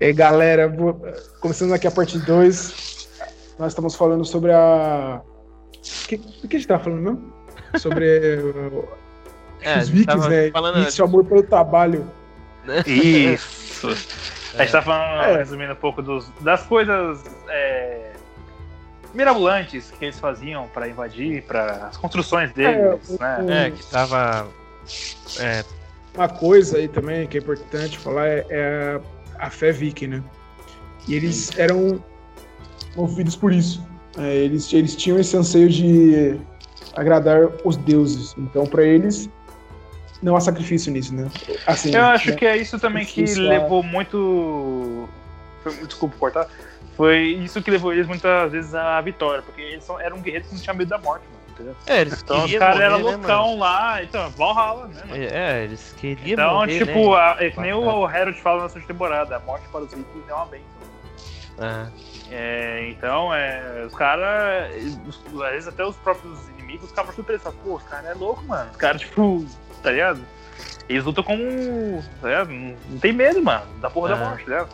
E galera, vou... começando aqui a parte 2, nós estamos falando sobre a. O que, do que a gente tava falando mesmo? Sobre o- É, os Vikings, né? falando Isso, amor pelo trabalho. Isso. A gente tá falando, É. resumindo um pouco dos, das coisas é, mirabolantes que eles faziam pra invadir, para as construções deles, né? É, que tava. É, Uma coisa aí também que é importante falar é, é a, a fé viking, né? E eles eram movidos por isso. É, eles, eles tinham esse anseio de agradar os deuses. Então, para eles, não há sacrifício nisso, né? Assim, Eu acho né? que é isso também que Difícil, levou muito. foi- desculpa cortar. Foi isso que levou eles muitas vezes à vitória, porque eles são- eram guerreiros que não tinham medo da morte, mano. entendeu? é, eles Então os queriam caras morrer, eram né, loucão mano? lá, então, Valhalla, né, mano? É, é, eles queriam Então, morrer, tipo, né? a- é que nem o, o Harold fala na sua temporada, a morte para os ricos é uma bênção. Ah, É, então, é, os caras, às vezes até os próprios inimigos ficavam surpresos. Falavam, Pô, os caras é louco, mano. Os caras, tipo, tá ligado? Eles lutam como. Tá ligado? Não não tem medo, mano. Da porra Ah. da morte, tá ligado?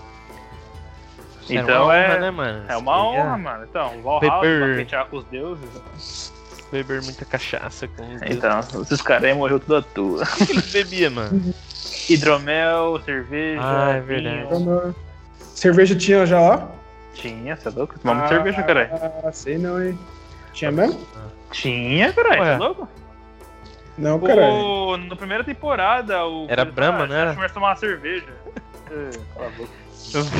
isso era Então uma é. honra, né, mano? É uma Eles honra, queriam mano. Então, Valhalla, Beber. pra pentear com os deuses. Beber muita cachaça com os deuses. Então, esses caras aí morreu tudo à toa. O que que eles bebiam, mano? Hidromel, cerveja. Ah, é vinho. verdade. Então, né? Cerveja tinha já lá? Tinha, você é louco? Tomamos Ah, cerveja, caralho. Ah, sei não, hein? Tinha mesmo? Tinha, caralho. Você Ué. é louco? Não, caralho. O, na primeira temporada, o. Era eles- Brahma, né? ah, não era? Começa a tomar uma cerveja. É, cala a boca.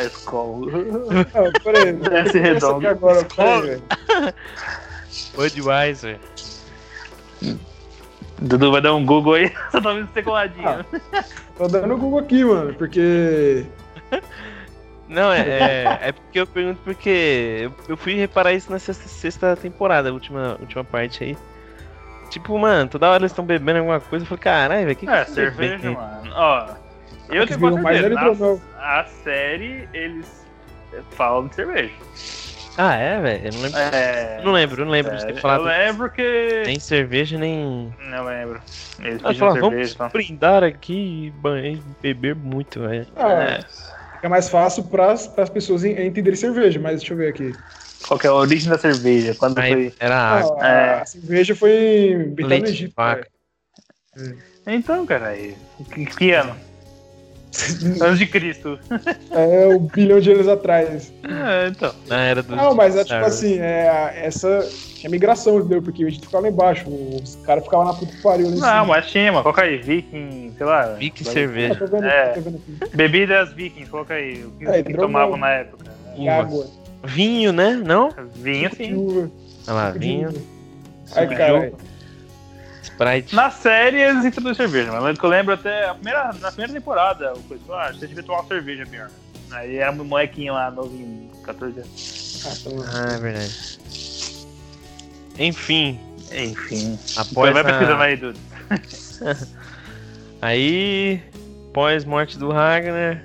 É, Skol. Não, peraí. Desce Essa aqui redondo. agora, peraí, velho. Budweiser. Dudu vai dar um Google aí. Só tá vendo você coladinho. Ah. Tô dando Google aqui, mano, porque Não, é, é, é porque eu pergunto porque eu, eu fui reparar isso na sexta, sexta temporada, a última, última parte aí. Tipo, mano, toda hora eles estão bebendo alguma coisa. Eu falei, caralho, velho, que que tá É, eles cerveja, bebem? mano. Ó. Eu Eles tenho quase viram mais certeza. era hidromel. Na, a série, eles falam de cerveja. Ah, é, velho? Eu não lembro. É. Não lembro, não lembro de é, ter eu falado. lembro que. Nem cerveja, nem. Não lembro. Eles Ah, pediam fala, vamos cerveja então." e tal. brindar aqui e ban- e beber muito, né? velho. É, É. Ah, fica mais fácil para as pessoas en- entenderem cerveja, mas deixa eu ver aqui. Qual que é a origem da cerveja? Quando Aí foi. era água, Ah, é. A cerveja foi em Betel Leite no de Egito. vaca. cara. Então, cara, aí. Que, que ano? Anos de Cristo. É um bilhão de anos atrás. É, então. na era dos. Não, mas é tipo dinossauros. assim, é, a- essa tinha migração, entendeu? Porque o Egito ficava lá embaixo, os caras ficavam na puta que pariu. Né? Não, mas tinha, mano. Coloca aí, Viking, sei lá. Vic vai- Ah, cerveja. tô vendo, É. aqui, tô vendo aqui. Bebidas Vikings, coloca aí. O que, É, que hidromel. tomavam na época? E água, Vinho, né? Não? Vinho, de sim. uva, Olha lá, suco de vinho, uva. Ai, cara. Sprite. Na série eles introduzem cerveja, mas eu lembro até a primeira, na primeira temporada, o coisa falou, ah, você devia tomar uma cerveja, Bjorn. Aí era um molequinho lá, novinho, 14 anos. Ah, então, Ah, é verdade. Enfim, Enfim. após vai pesquisando a... aí, Dudu. aí, após morte do Ragnar,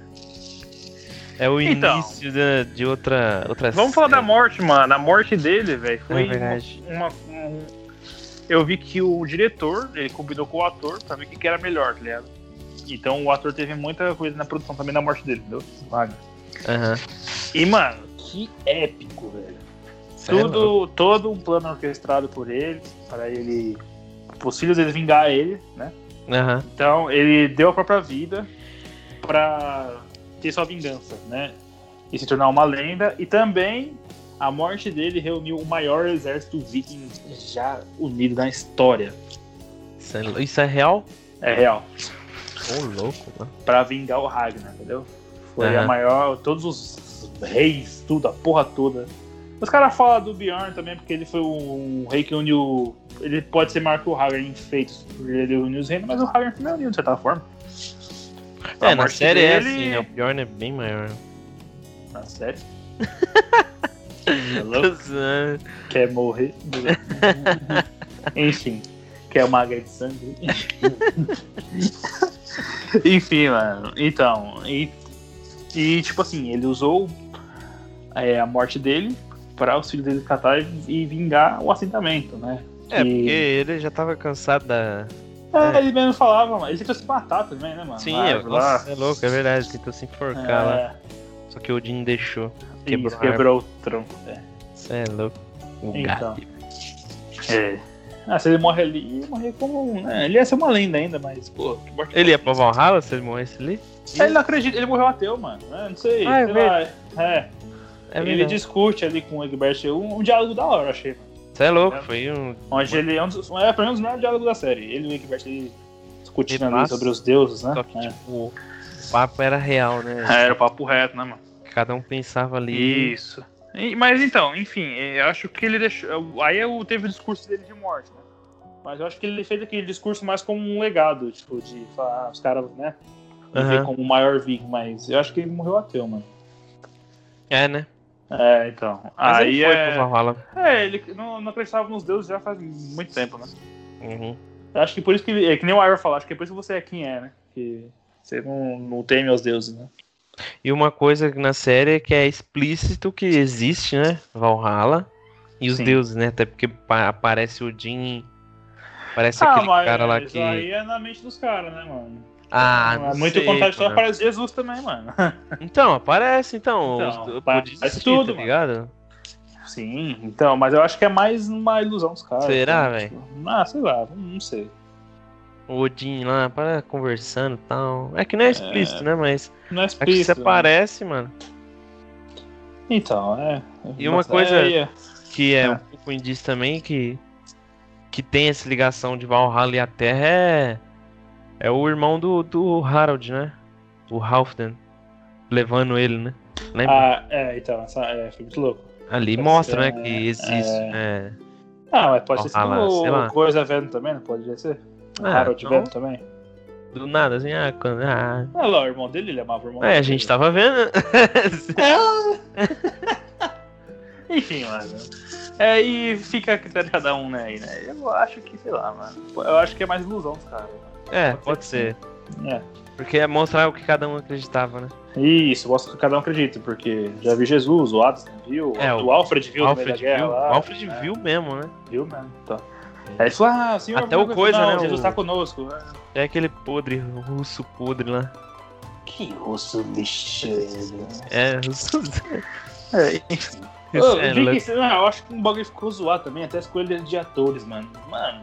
é o Então. início da- de outra outra. Vamos falar da morte, mano. A morte dele, velho, foi É verdade. uma. um- Eu vi que o diretor, ele combinou com o ator pra ver o que que era melhor, tá ligado? Então o ator teve muita coisa na produção também da morte dele, entendeu? Aham. E, mano, que épico, velho. Cê é louco. Tudo, todo um plano orquestrado por ele, para ele. Os filhos dele vingar ele, né? Aham. Então ele deu a própria vida pra ter sua vingança, né? E se tornar uma lenda. E também a morte dele reuniu o maior exército viking já unido na história. Cê é louco. Isso é real? É real. Ô, louco, mano. Pra vingar o Ragnar, entendeu? Foi Aham. a maior. Todos os reis, tudo, a porra toda. Os caras falam do Bjorn também, porque ele foi um, rei que uniu. Ele pode ser maior que o Ragnar em feitos, porque ele uniu os reinos, mas o Ragnar também uniu, de certa forma. A É, na morte série é dele- assim, né? O Bjorn é bem maior. Na série? é Alô? Tô zoando. Quer morrer? Enfim. Quer uma água de sangue? Enfim, mano. Então, e, e tipo assim, ele usou é, a morte dele para os filhos dele catar e, e vingar o assentamento, né? É, E- porque ele já tava cansado da, É, ele mesmo falava, mano. Ele tentou se matar também, né, mano? Sim, Lá- é, lá- nossa, é louco, é verdade. Tentou se enforcar lá. É, Só que o Odin deixou. quebrou, Quebrou né? isso, a quebrou o tronco. É. Você é louco. O Então. gato. É. Ah, se ele morre ali, ele ia morrer como um. Né? Ele ia ser uma lenda ainda, mas, pô, que morte. Ele ia pra Valhalla se ele morresse ali? É, Ele não acredita, ele morreu ateu, mano. né? Não sei, Ah, é sei lá. É, É ele verdade. discute ali com o Egbert um, um diálogo da hora, eu achei. mano. Você é louco, É. foi um. Onde ele é um dos. É, pelo menos não é o diálogo da série. Ele e o Egbert ele discutindo Ele ali passa. sobre os deuses, né? Só que, É. tipo, o papo era real, né? É, era o papo reto, né, mano? Cada um pensava ali. Isso. E- mas então, enfim, eu acho que ele deixou. Aí eu, teve o discurso dele de morte, né? Mas eu acho que ele fez aquele discurso mais como um legado, tipo, de falar, ah, os caras, né? Ele vê Aham. como o maior viking, mas eu acho que ele morreu ateu, mano. É, né? É, então. Mas aí ele foi é... pro Valhalla. é, ele não, não acreditava nos deuses já faz muito tempo, né? Uhum. Eu acho que por isso que. É que nem o Ivar fala, acho que é por isso que você é quem é, né? Que você não, não teme aos deuses, né? E uma coisa que na série é que é explícito que existe, né? Valhalla. E os Sim. deuses, né? Até porque pa- aparece Odin. Aparece ah, aquele mas cara lá isso que. aí é na mente dos caras, né, mano? Ah, Não não é muito sei, contrário, só mano. aparece Jesus também, mano. Então, aparece então. Então, os, aparece podia existir, tudo, tá mano. ligado? Sim, então, mas eu acho que é mais uma ilusão dos caras. Será, né? Tipo, Ah, sei lá, não sei. O Odin lá, para conversando e tal. É que não é explícito, né? Mas Não é é que explícito. você aparece, mano. né? Então, é. E uma coisa- é, é. Que é É. um pouco indício também que. Que tem essa ligação de Valhalla e a Terra é. É o irmão do, do Harald, né? O Halfdan. Levando ele, né? Lembra? Ah, é, então, essa, é, foi muito louco. Ali pode mostra, ser, É. né? Que existe, né? Ah, mas pode ser Ah, lá, sei lá. só coisa vendo também, não pode ser? Ah, Harold então- vendo também. Do nada, assim, ah, quando. Ah. Ah lá, o irmão dele, ele amava o irmão É, dele. a gente tava vendo. É. Enfim, mano. É, e fica a critério de cada um, né, aí, né? Eu acho que, sei lá, mano. Eu acho que é mais ilusão dos caras. É, Pode pode ser. É. Porque é mostrar o que cada um acreditava, né? Isso, mostra que cada um acredita, porque já vi Jesus, o Adson viu, É, o, Alfred viu, O no Alfred meio da viu, guerra o lá, Alfred né? viu mesmo, né? Viu mesmo, tá. Aí ele falou, ah, senhor, Até o não, coisa, não, né, Jesus o- tá conosco. É aquele podre, russo podre lá. Que rosto lixeiro. É, russo. É, Isso Ô, é vi que louco. isso- não, eu acho que um bagulho ficou zoado também, até a escolha de atores, mano. Mano,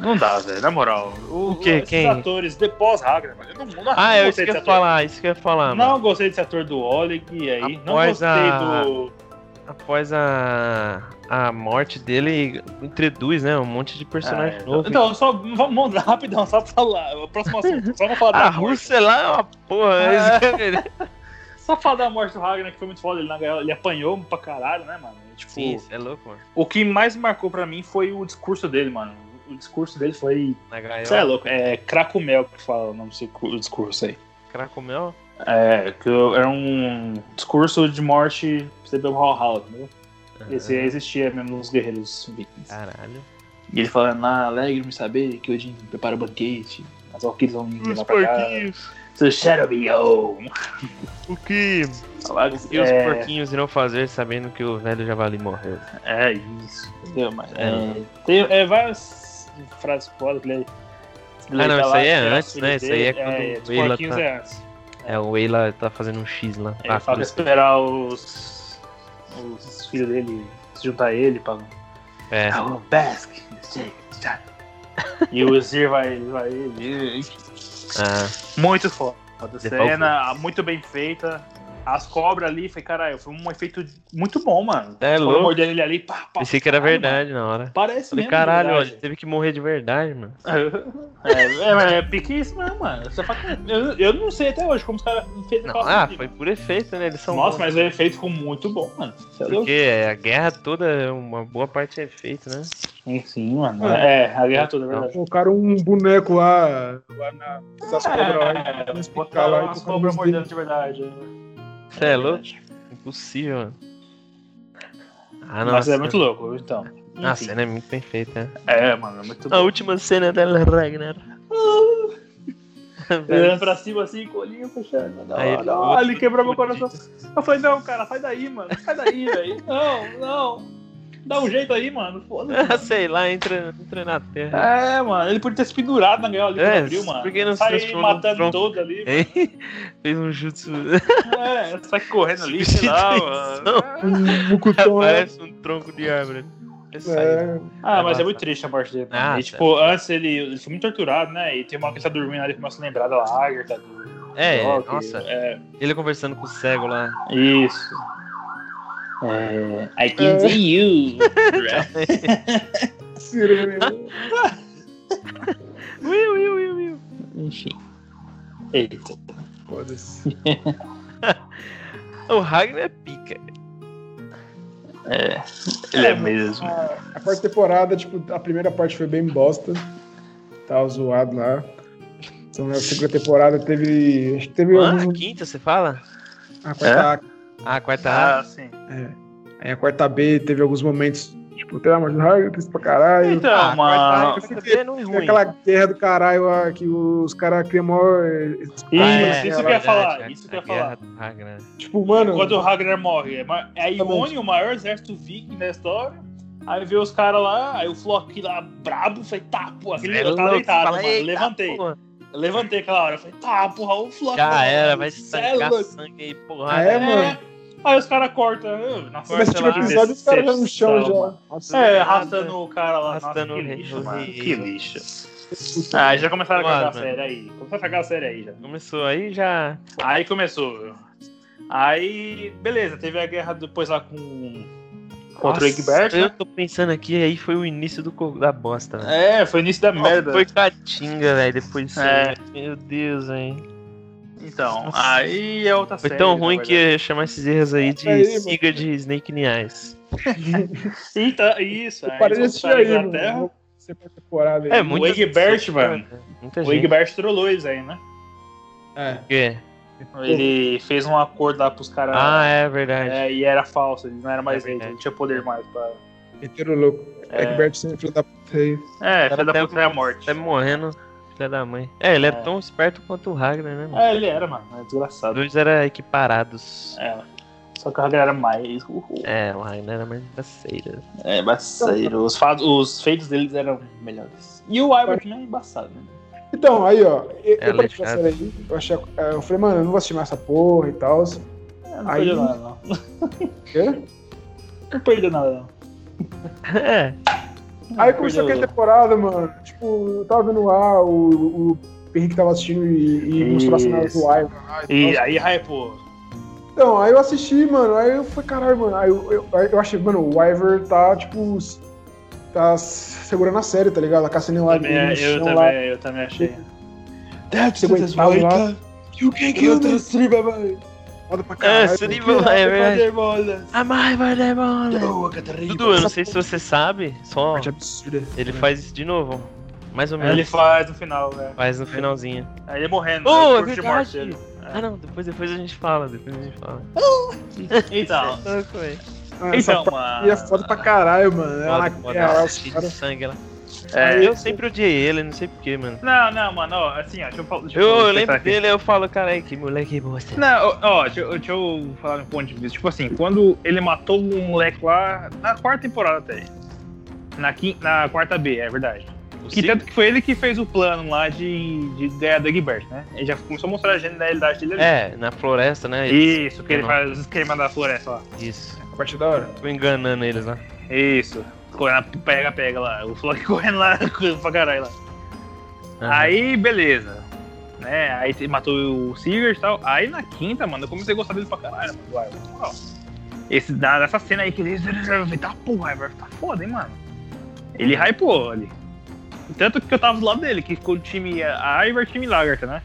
não dá, velho, na moral. O, O quê? Esses Quem? atores, de pós-Hagra, mano, eu não, não, Ah, não eu isso gostei que eu desse ia ator. falar, isso que eu ia falar. Não Ah, mano. gostei desse ator do Oleg, e aí, não Após gostei a- do... Após a, a morte dele, introduz, né? Um monte de personagem Ah, novo. Então, só vamos vamos rapidão, só pra falar. O próximo assunto, só pra falar a da morte. Rússia lá é uma porra. É. isso que é verdade. Só falar da morte do Ragnar, que foi muito foda. Ele, na gaiola, ele apanhou pra caralho, né, mano? E, Tipo, Sim, isso é louco, mano. o que mais marcou pra mim foi o discurso dele, mano. O discurso dele foi. Na gaiola. Você é louco, é Cracomel que fala o nome desse cu- o discurso aí. Cracomel? É, que eu- era um discurso de morte do Valhalla, entendeu? Esse aí existia mesmo nos guerreiros vikings. Caralho. E ele falando, ah, alegre-me saber que hoje prepara o banquete, as orquídeas vão vir lá pra cá. So shadow me home. O que, o que os é, porquinhos irão fazer sabendo que o velho javali morreu? é isso. Entendeu, mas, É. é, tem é, várias frases fodas que ele. Ah, não, tá isso lá, aí é que os antes, filhos né? Isso dele, aí é quando os o Weyland porquinhos tá- é antes. É, o Weyla tá fazendo um X lá. Ele Ah, fala assim, pra cruz. esperar os. os filhos dele se juntar a ele pra. É. I will bask in the shake, shine. E o Zir vai. vai ele. Ah, Muito foda. A The cena muito bem feita. As cobras ali, foi caralho, foi um efeito muito bom, mano. É Foram louco. mordendo ele ali, pá, pá. pensei que era caralho, verdade na hora. mano. Parece Falei, mesmo. caralho, de ó, ele verdade. teve que morrer de verdade, mano. É, é, mas é pique isso mesmo, mano. Essa faca- Eu, eu não sei até hoje como os caras fez Não, aquela ah, coisa. foi por efeito, né? Eles são. Nossa, bons. mas o efeito ficou muito bom, mano. Você é louco? Porque é, a guerra toda, uma boa parte é efeito, né? Enfim, mano. É, a guerra Então. toda, é verdade. Colocaram um boneco lá, lá na, nessas cobras lá. e começaram a É, picar lá e botaram as colocaram cobras uns mordendo dedos. de verdade. é Você é louco? Impossível, mano. Ah, Mas nossa. é muito louco, então. A Enfim. cena é muito bem feita. né? É, mano, é muito A última cena dela, é Ragnar. Olhando pra cima assim, com o olhinho fechando. Não, Aí ele não, ficou É. ele quebrou meu fudido. coração. Eu falei, não, cara, sai daí, mano. Sai daí, velho. Não, não. Dá um jeito aí, mano. Foda-se. Ah, Sei lá, entra, entra na terra. É, mano, ele podia ter se pendurado na gaiola ali É, quando abriu, mano. por que não se Sai transformou matando num tronco? É. todo ali. Hein? Fez um jutsu. É, sai correndo ali, sei lá, mano. O Mucutão é. Parece um tronco de árvore. É saída. é, Ah, mas Nossa. é muito triste a parte dele. mano. Ah, e, tipo, antes ele, ele foi muito torturado, né? E tem uma hora que ele tá dormindo ali, começa a lembrar da Lagerta. do- É, Rock, nossa. É, Ele conversando com o cego lá. isso. É, I can see you. Cirene. Will, will, will, will. Enfim. Eita. Foda-se. O Ragnar é pica. É, ele é mesmo. A, a quarta temporada, tipo, a primeira parte foi bem bosta. Tava zoado lá. Então na segunda temporada teve. Acho que teve Ah, alguns- quinta, você fala? a É? quarta A. Ah, quarta A. Ah, sim. Aí a quarta B teve alguns momentos. Tipo, tem uma Margin triste pra caralho. Então, ah, mano. quarta A, quarta B Hum, não é ruim. Aquela guerra do caralho lá, que os caras criam maior. eh, Ah, é, Isso, isso é que eu ia verdade, falar. a- isso que a eu ia guerra falar. do Ragnar. Tipo, mano. Quando o Ragnar morre, é ma- é a Tá Ione, o maior exército viking da história. Aí vê os caras lá, aí o Flock lá brabo, falei, tá, porra, aquele É eu tava louco, deitado, fala, mano. "Eita, Levantei. porra, Eu levantei aquela hora, falei, tá, porra, o Flock. Já era, vai cê é estancar louco. sangue aí, Ah, porra. é, É, mano. Aí os caras cortam. Na Mas tipo, Marcelo, episódio os caras já no chão já. Nossa, É, arrastando o cara lá. Nossa, Arrastando que o rei- lixo, o mano. rei- Que lixo. puta. Ah, já começaram a cagar Claro, a série aí. Começaram a cagar a série aí já. Começou aí já. Aí começou. Aí, beleza, teve a guerra depois lá com. Contra o Nossa, Egbert, né? Eu tô pensando aqui, aí foi o início do, co- da bosta. né? É, foi o início da merda. Foi Caatinga, velho, depois disso. É. aí. Meu Deus, hein. Então, aí é outra Foi série. tão na ruim que verdade. eu ia chamar esses erros É, aí de Aí, mano. siga de Snake Nias. Eita, Então, isso, Eu aí parei de eles assistir voltaram aí, né? pra Inglaterra. mano. Segunda temporada aí. É, muito. Egbert, mano. né? Muita O gente. Egbert trollou eles aí, né? É. Quê? Ele fez um acordo lá pros caras. Ah, é verdade. é, e era falso, ele não era mais É rei, ele não verdade. tinha poder mais pra. Meteram louco. É. Egbert sempre filho da puta aí. É, Era filho da até- puta é a morte. Tá morrendo, filha da mãe. É, ele é, É. tão esperto quanto o Ragnar, né, mano? É, ele era, mano, é Os desgraçado. dois eram equiparados. É. Só que o Hagar era mais. Uhul. É, o Ragnar era mais embaceira. É, baceiro. Os, fa- os feitos deles eram melhores. E o Ivar também é embaçado, né? Então, aí, ó. Eu, É, eu parei de Alexandre. série aí. Eu, achei, é, eu falei, mano, eu não vou assistir mais essa porra e tal. É, não Aí- perdeu nada, não. Quê? Não perdeu nada, não. É, Não Aí começou perdeu- aquela temporada, mano. Tipo, eu tava vendo lá, o, o Henrique tava assistindo e, e mostrou a cena do Isso. Ivan. lá e E tal. aí, hypou. Então, aí eu assisti, mano, aí eu falei, caralho, mano, aí eu, eu, aí eu achei, mano, o Ivor tá, tipo, s- tá s- segurando a série, tá ligado? A caça nem lá, Também, no eu, chão lá. também, eu também achei. That's the way to like You can kill the Sriba, mano. Foda pra Ah, é, caralho. Suriba, é verdade. Bola. Amai, vai dar bola. Dudu, eu não sei se você sabe, só Parte absurda. ele faz isso de novo. Mais ou Aí né? ele menos. faz no final, velho. Faz no finalzinho. Aí ele morrendo. Oh, né? é Corpo de verdade. morte dele. Ah, não, depois, depois a gente fala, depois a gente fala. Então, Louco, velho. Ah, essa então, parte mano. aí é foda pra caralho, mano. É Ela Foda, foda, quer, os cheio de caras... sangue lá. É. Eu sempre odiei ele, não sei porquê, mano. Não, não, mano, ó, assim, ó, deixa eu falar. deixa Eu, eu eu pensar lembro aqui. dele, eu falo, caralho, que moleque bosta. Não, ó, ó, deixa, eu- deixa eu falar meu ponto de vista. Tipo assim, quando ele matou o moleque lá, na quarta temporada até. Na, quin- na quarta B, é verdade. Que tanto que foi ele que fez o plano lá de, de ganhar da Gilbert, né? Ele já começou a mostrar a genialidade dele ali. É, na floresta, né? eles- Isso, que ele Não. faz os esquemas da floresta lá. Isso. A parte da hora. Tô enganando eles né? lá. Isso. Correndo, pega, pega lá. O Flock correndo lá, correndo pra caralho lá. Aham. Aí, beleza. Né? Aí te- matou o Sigurd e tal. Aí na quinta, mano, eu comecei a gostar dele pra caralho. mano, do Ivar, na moral. Esse, da- dessa cena aí que ele. Tá porra, Ivar, tá foda, hein, mano. Ele Uhum. hypou ali. Tanto que eu tava do lado dele, que ficou o time. A Ivar time Lagarta, né?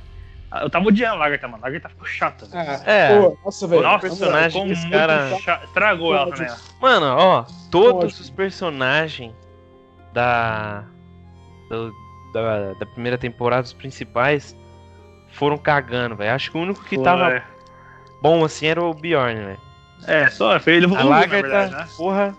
Eu tava odiando a Lagarta, mano. A Lagarta ficou chata. velho. Ah, É. pô, nossa, velho. Nossa, personagem ficou que esse muito cara- chata. Estragou ela também. né? Mano, ó, todos Ótimo. os personagens da, do- da da primeira temporada, os principais, foram cagando, velho. Acho que o único que Pô, tava é. bom assim era o Bjorn, velho. É, só foi ele A evoluiu, na verdade, Lagarta, né? porra.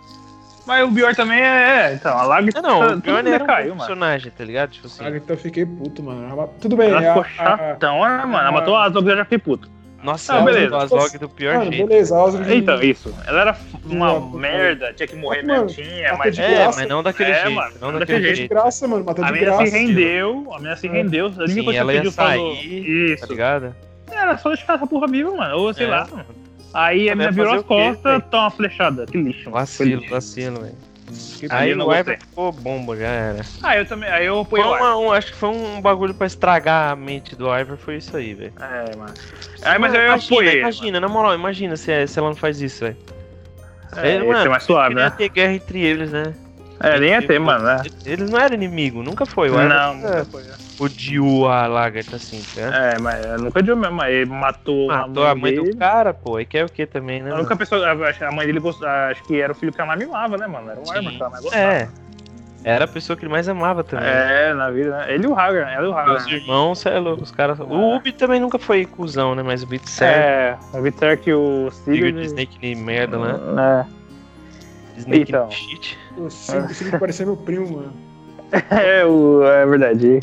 Mas o Bior também é. é, Então, a Lagarta. Ah, não, o tudo Bjorn era um decaiu, bom mano. personagem, tá ligado? Tipo assim. Cara, então eu fiquei puto, mano. Tudo bem, Ela a, ficou né, a, chatona, mano. Ela matou as outras, eu já fiquei puto. Nossa, Ah, ah, beleza. Asgog do pior Mano, jeito. beleza, a Osgard. Então, isso. Ela era f- uma Não, merda, tinha que morrer é, Mano, mesmo, tinha, tá mas. de É, graça. mas não daquele É, jeito. mano, não não daquele daquele De jeito, graça, mano. Matou A é de menina se graça. rendeu, a menina se É. rendeu. Sim, Assim, ela ia sair, tá Isso. ligado? Era só deixar essa porra viva, mano. Ou sei É. lá. mano. Aí a Mas vai minha virou fazer as o quê, É. Um costas, toma uma flechada. Que lixo. mano. Vacilo, Foi lixo. vacilo, velho. Que Aí eu não o gostei. Ever ficou bomba, já era. Ah, eu também. Aí eu Foi apoio o Arthur. uma, um, acho que foi um bagulho pra estragar a mente do Ivor, foi isso aí, velho. É, mano. Aí, mas eu imagina, apoiei. Tá Imagina, na moral, imagina se, se ela não faz isso, velho. mano. É, É, ia ser mano, mais suave, Queria né? ter guerra entre eles, né? É, nem ia ter, mano. Tá. Né? Eles não eram inimigo, nunca foi. O Ivor Não, né? nunca odiou a Lagarta assim, tá? É, mas eu nunca deu mesmo. Ele matou, Matou a mãe dele. do cara, pô. E quer o que também, né? A mano? única pessoa. a- acho que A mãe dele gostava, acho que era o filho que ela mais mimava, né, mano? Era o Arma que ela mais gostava. É. Era a pessoa que ele mais amava também. É, na vida, né? Ele e o Hagar, ela e o Os Hagar. né? irmãos, cê é louco, os caras. O Ubi também nunca foi cuzão, né? Mas o Bit sério. É, o Vitor que o Diga de Sigurd. Snake de merda lá. né? Snake Então. de shit. Eu sempre sempre parecia meu primo, mano. É, o, é verdade. É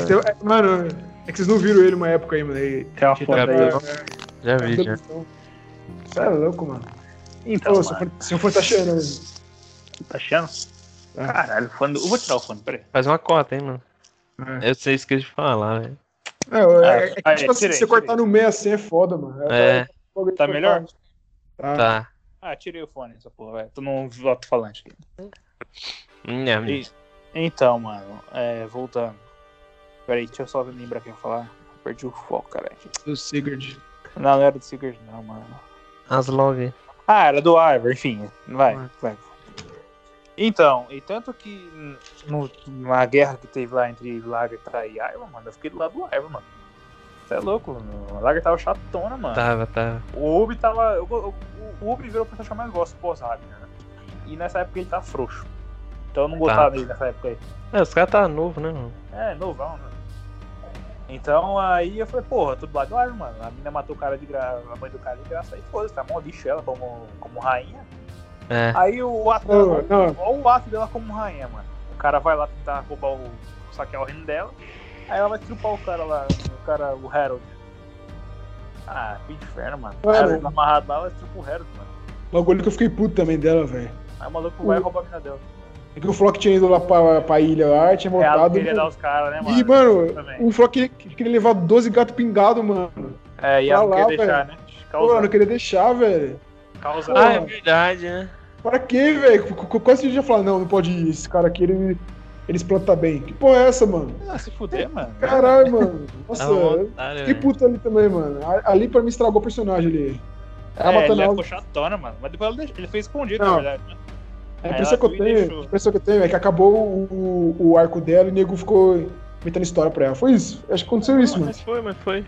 que tem- é- mano, é que vocês não viram ele uma época aí, é, mano. Ele, Tem uma Que foto aí. cabelo. ó. Já vi, já. então, Você é louco, mano. Então, Ô, se eu mano, for- se eu for tá cheirando. tá achando? É. Caralho, fã do... eu vou tirar o fone, peraí. Faz uma cota, hein, mano. É. Eu sei isso que eu esqueci de falar, velho. É, é, é, Ah, que, tipo é, assim, tirei, se você cortar tirei. no meio assim é um foda, mano. É, Tá melhor? Tá. tá. Ah, tirei o fone, essa porra, velho. Tô num alto-falante aqui. Nham, nham. Isso. Então, mano, é, voltando. Peraí, deixa eu só lembrar quem eu ia falar. Perdi o foco, caralho. Tá. Do Sigurd. Não, não era do Sigurd, não, mano. As log. Ah, era do Ivor, enfim. Vai, Ah. vai. Então, e tanto que no- na guerra que teve lá entre Lagertha e Ivor, mano, eu fiquei do lado do Ivor, mano. Você é louco, mano. A Lagertha tava chatona, mano. Tava, tava. O Ubi tava. eu go- eu- o Ubi virou o personagem que eu mais gosto pós-Ragnar, né? E nessa época ele tá frouxo. Então eu não gostava dele nessa época aí. É, os caras tá novo, né, mano? É, novão, né? Então aí eu falei, porra, tudo lá do ar, mano. A mina matou o cara de graça, a mãe do cara de graça, aí foda-se, tá mó lixo ela como, como rainha. É. Aí o ato Não, dela, não. olha o ato dela como rainha, mano. O cara vai lá tentar roubar o. saquear o reino dela. Aí ela vai trupar o cara lá, o cara, o Harold. Ah, que inferno, mano. O Mano. cara tá amarrado lá, ela trupa o Harold, mano. Bagulho que eu fiquei puto também dela, velho. Aí o maluco vai roubar a mina dela. É que o Flock tinha ido lá pra, pra ilha lá, tinha É, ela voltado. queria dar os caras, né, mano? e, mano, Também. o Flock queria, queria levar 12 gatos pingados, mano. É, e ela não pra queria Tá lá, deixar, né? Pô, eu não Causando. queria deixar, velho. causando. Ah, é verdade, né? Pra quê, velho? Qu- qu- Quase que já falar, não, não pode ir. Esse cara aqui, ele, ele se planta bem. Que porra é essa, mano? Ah, se fuder, mano. Tá Caralho, mano. É Nossa, Tava um eu otário, fiquei velho. puto ali também, mano. A- Ali pra mim estragou o personagem ali. Ela é, matando ele ela. ficou chatona, mano. Mas depois ela deixou- ele fez escondido, Não. na verdade. né? É A Aí impressão, que ela eu viu e tenho, deixou. a impressão que eu tenho é que acabou o, o arco dela e o nego ficou inventando história pra ela. Foi isso. Acho que aconteceu isso, mano. Mas foi, mas foi.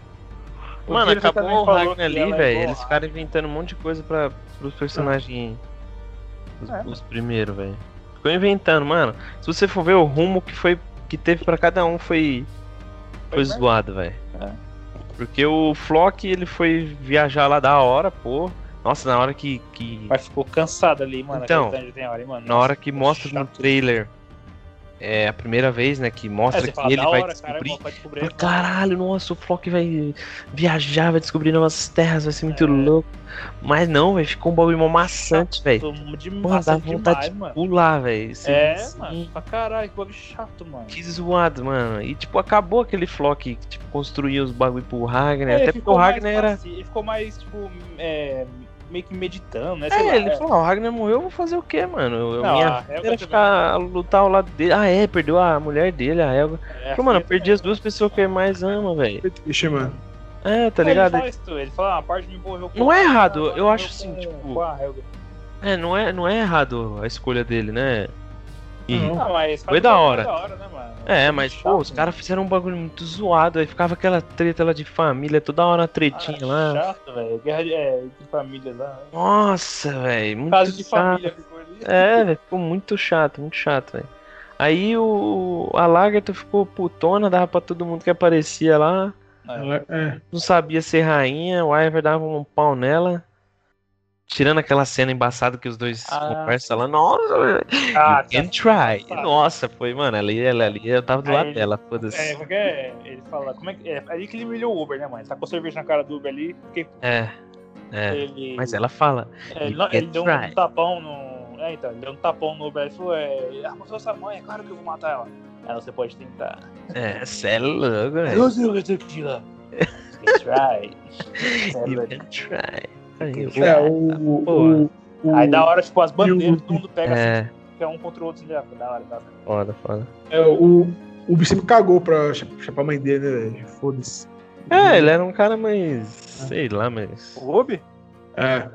O Mano, Kira acabou também o falou Ragnar que ali, ela é velho. boa. Eles ficaram inventando um monte de coisa pra, pros personagens. Os, É. os primeiros, velho. Ficou inventando, mano. Se você for ver o rumo que foi. Que teve pra cada um foi. Foi Foi, né? zoado, velho. É. Porque o Flock, ele foi viajar lá da hora, pô. Nossa, na hora que. que Mas ficou cansado ali, mano. Então, aquele tanto de hora, hein, mano. na hora que mostra no chato. trailer. É a primeira vez, né? Que É, mostra você que fala, ele da vai hora, descobrir. cara, vai descobrir. Falei, mano. Caralho, nossa, o Flock vai viajar, vai descobrir novas terras, vai ser muito É. louco. Mas não, velho, ficou um bagulho mó maçante, velho. Tô de Porra, dá massa vontade demais, de mano. pular, velho. Você- É, você- mano. Pra caralho, que bagulho chato, mano. Que zoado, mano. E, tipo, acabou aquele Flock que, tipo, construía os bagulho pro Ragnar. É, até porque o ficou mais Ragnar era. passi- Ele ficou mais, tipo, é, meio que meditando, né? É, Sei lá, ele falou, ah, o Ragnar morreu, eu vou fazer o quê, mano? Eu, Não, minha a vida Helga era ficar, lutar ao lado dele. Ah, é, perdeu a mulher dele, a Helga. É, Falei, mano, eu filha perdi também. as duas pessoas que eu mais amo, velho. Foi triste, mano. É, tá É, ligado? Ele fala isso, ele fala, ah, a parte me envolveu com Não é errado, agora eu acho envolveu assim, com- tipo- com a Helga. É, não é, não é errado a escolha dele, né? E- Não. Não, mas Foi fala que da foi hora. né, mano? É, mas, Chato, pô, os né? caras fizeram um bagulho muito zoado, aí ficava aquela treta lá de família, toda hora uma tretinha Ah, lá. Chato, velho. Guerra de, é, de família lá. né? Nossa, velho, muito Caso de chato. família ficou ali. É, velho, ficou muito chato, muito chato, velho. Aí o a Lagarta ficou putona, dava pra todo mundo que aparecia lá, Ela- é. não sabia ser rainha, o Ivor dava um pau nela. Tirando aquela cena embaçada que os dois Ah. conversam lá, nossa, Ah, you can try. Tá. Nossa, foi, mano, ali, ela ali, eu tava do Aí lado ele- dela, foda-se. É, porque ele fala. Como é, que- é ali que ele humilhou o Uber, né, mano? Ele tacou cerveja na cara do Uber ali, porque É, é. ele. Mas ela fala. é, ele, you não- ele can deu try. um tapão no. É, então, ele deu um tapão no Uber e falou: é, arrumou sua mãe, é claro que eu vou matar ela. Ela, você pode tentar. É, cê é louco, Eu velho. sei o que eu tenho que tirar. You can try. You Ela- can try. Aí, You eu- can É, o. Boa. o, o Aí da hora, tipo, as bandeiras, todo mundo pega assim, É, fica um contra o outro, assim, né? da hora, da hora. foda, foda. é, o, o Bissimo cagou pra cha- chapar a mãe dele, né, velho? Foda-se. É, ele era um cara mais. sei lá, mas. O Ruby? É.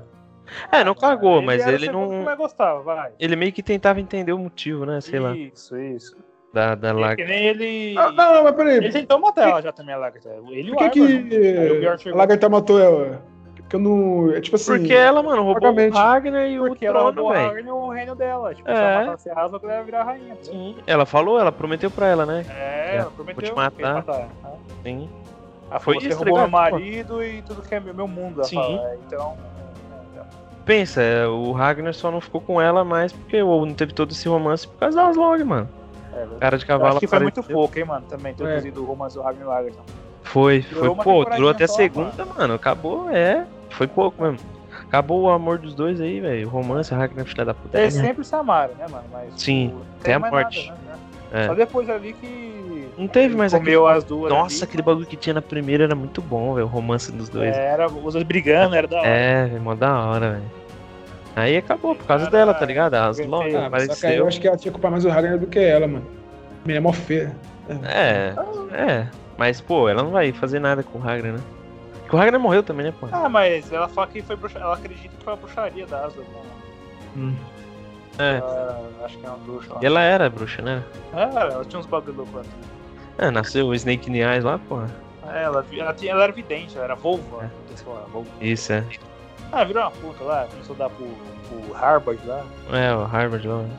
É, não cagou, mas era o ele segundo que não. mais gostava, vai. Ele meio que tentava entender o motivo, né? Sei lá. Isso, isso. Da, da É lá. que nem ele. Ah, não, mas Ele peraí. tentou matar ela já também, a Lagarta. Ele e Por o que, Arbor, é né? Aí o Bjorn que a chegou. Lagarta matou ela? Porque eu não. É tipo assim. Porque ela, mano, roubou o vagamente. Ragnar e o Porque ela trono, roubou a velho. Arne o reino dela. Tipo, É. se ela matasse a Asla, ela ia virar rainha. pô. Sim, Ela falou, ela prometeu pra ela, né? É, ela prometeu. Vou te matar. que ia ela. né? Sim. Ela Foi falou, Ah, você isso, roubou legal, meu pô. marido e tudo que é meu, meu mundo. Ela Sim. fala. Então... é, então. Pensa, é, o Ragnar só não ficou com ela mais porque o- não teve todo esse romance por causa da Aslog, mano. É, verdade. Cara de Eu cavalo. acho que foi muito apareceu. É. pouco, hein, mano, também, introduzido o romance do Ragnar Lagerson. Foi, foi, Durou uma pô, durou temporadinha até a só, segunda, mano. Acabou, é. Foi pouco mesmo. Acabou o amor dos dois aí, velho. O romance, a Ragnar, filha da puta. Eles É sempre se amaram, né, mano? Mas, Sim, tipo, até a mais morte. nada, né? É. Só depois ali que Não teve mais comeu aquele... as duas Nossa, ali. aquele bagulho que tinha na primeira era muito bom, velho. O romance dos dois. É, Era os dois brigando, era da hora. É, velho, mó da hora, velho. Aí acabou por causa Cara, dela, tá ligado? As perfeito. lojas Ah, Ah, só que aí apareceu. eu acho que ela tinha que culpar mais o Ragnar do que ela, mano. A Menina é mó feia. É, é. Mas, pô, ela não vai fazer nada com o Ragnar, né? Porque o Ragnar morreu também, né, pô? Ah, mas ela fala que foi bruxa... ela acredita que foi a bruxaria da Asla, né? Hum. É. Ela- Acho que é uma bruxa lá. E ela era bruxa, né? Ah, ela tinha uns bagulho louco lá. dentro. É, nasceu o Snake in the Eyes lá, porra. É, Ela, vi- ela, tinha- ela era vidente, ela era vulva. É. sei lá, vulva. Isso, é. Ah, virou uma puta lá, começou a dar pro, pro Harvard lá. É, o Harvard lá. O O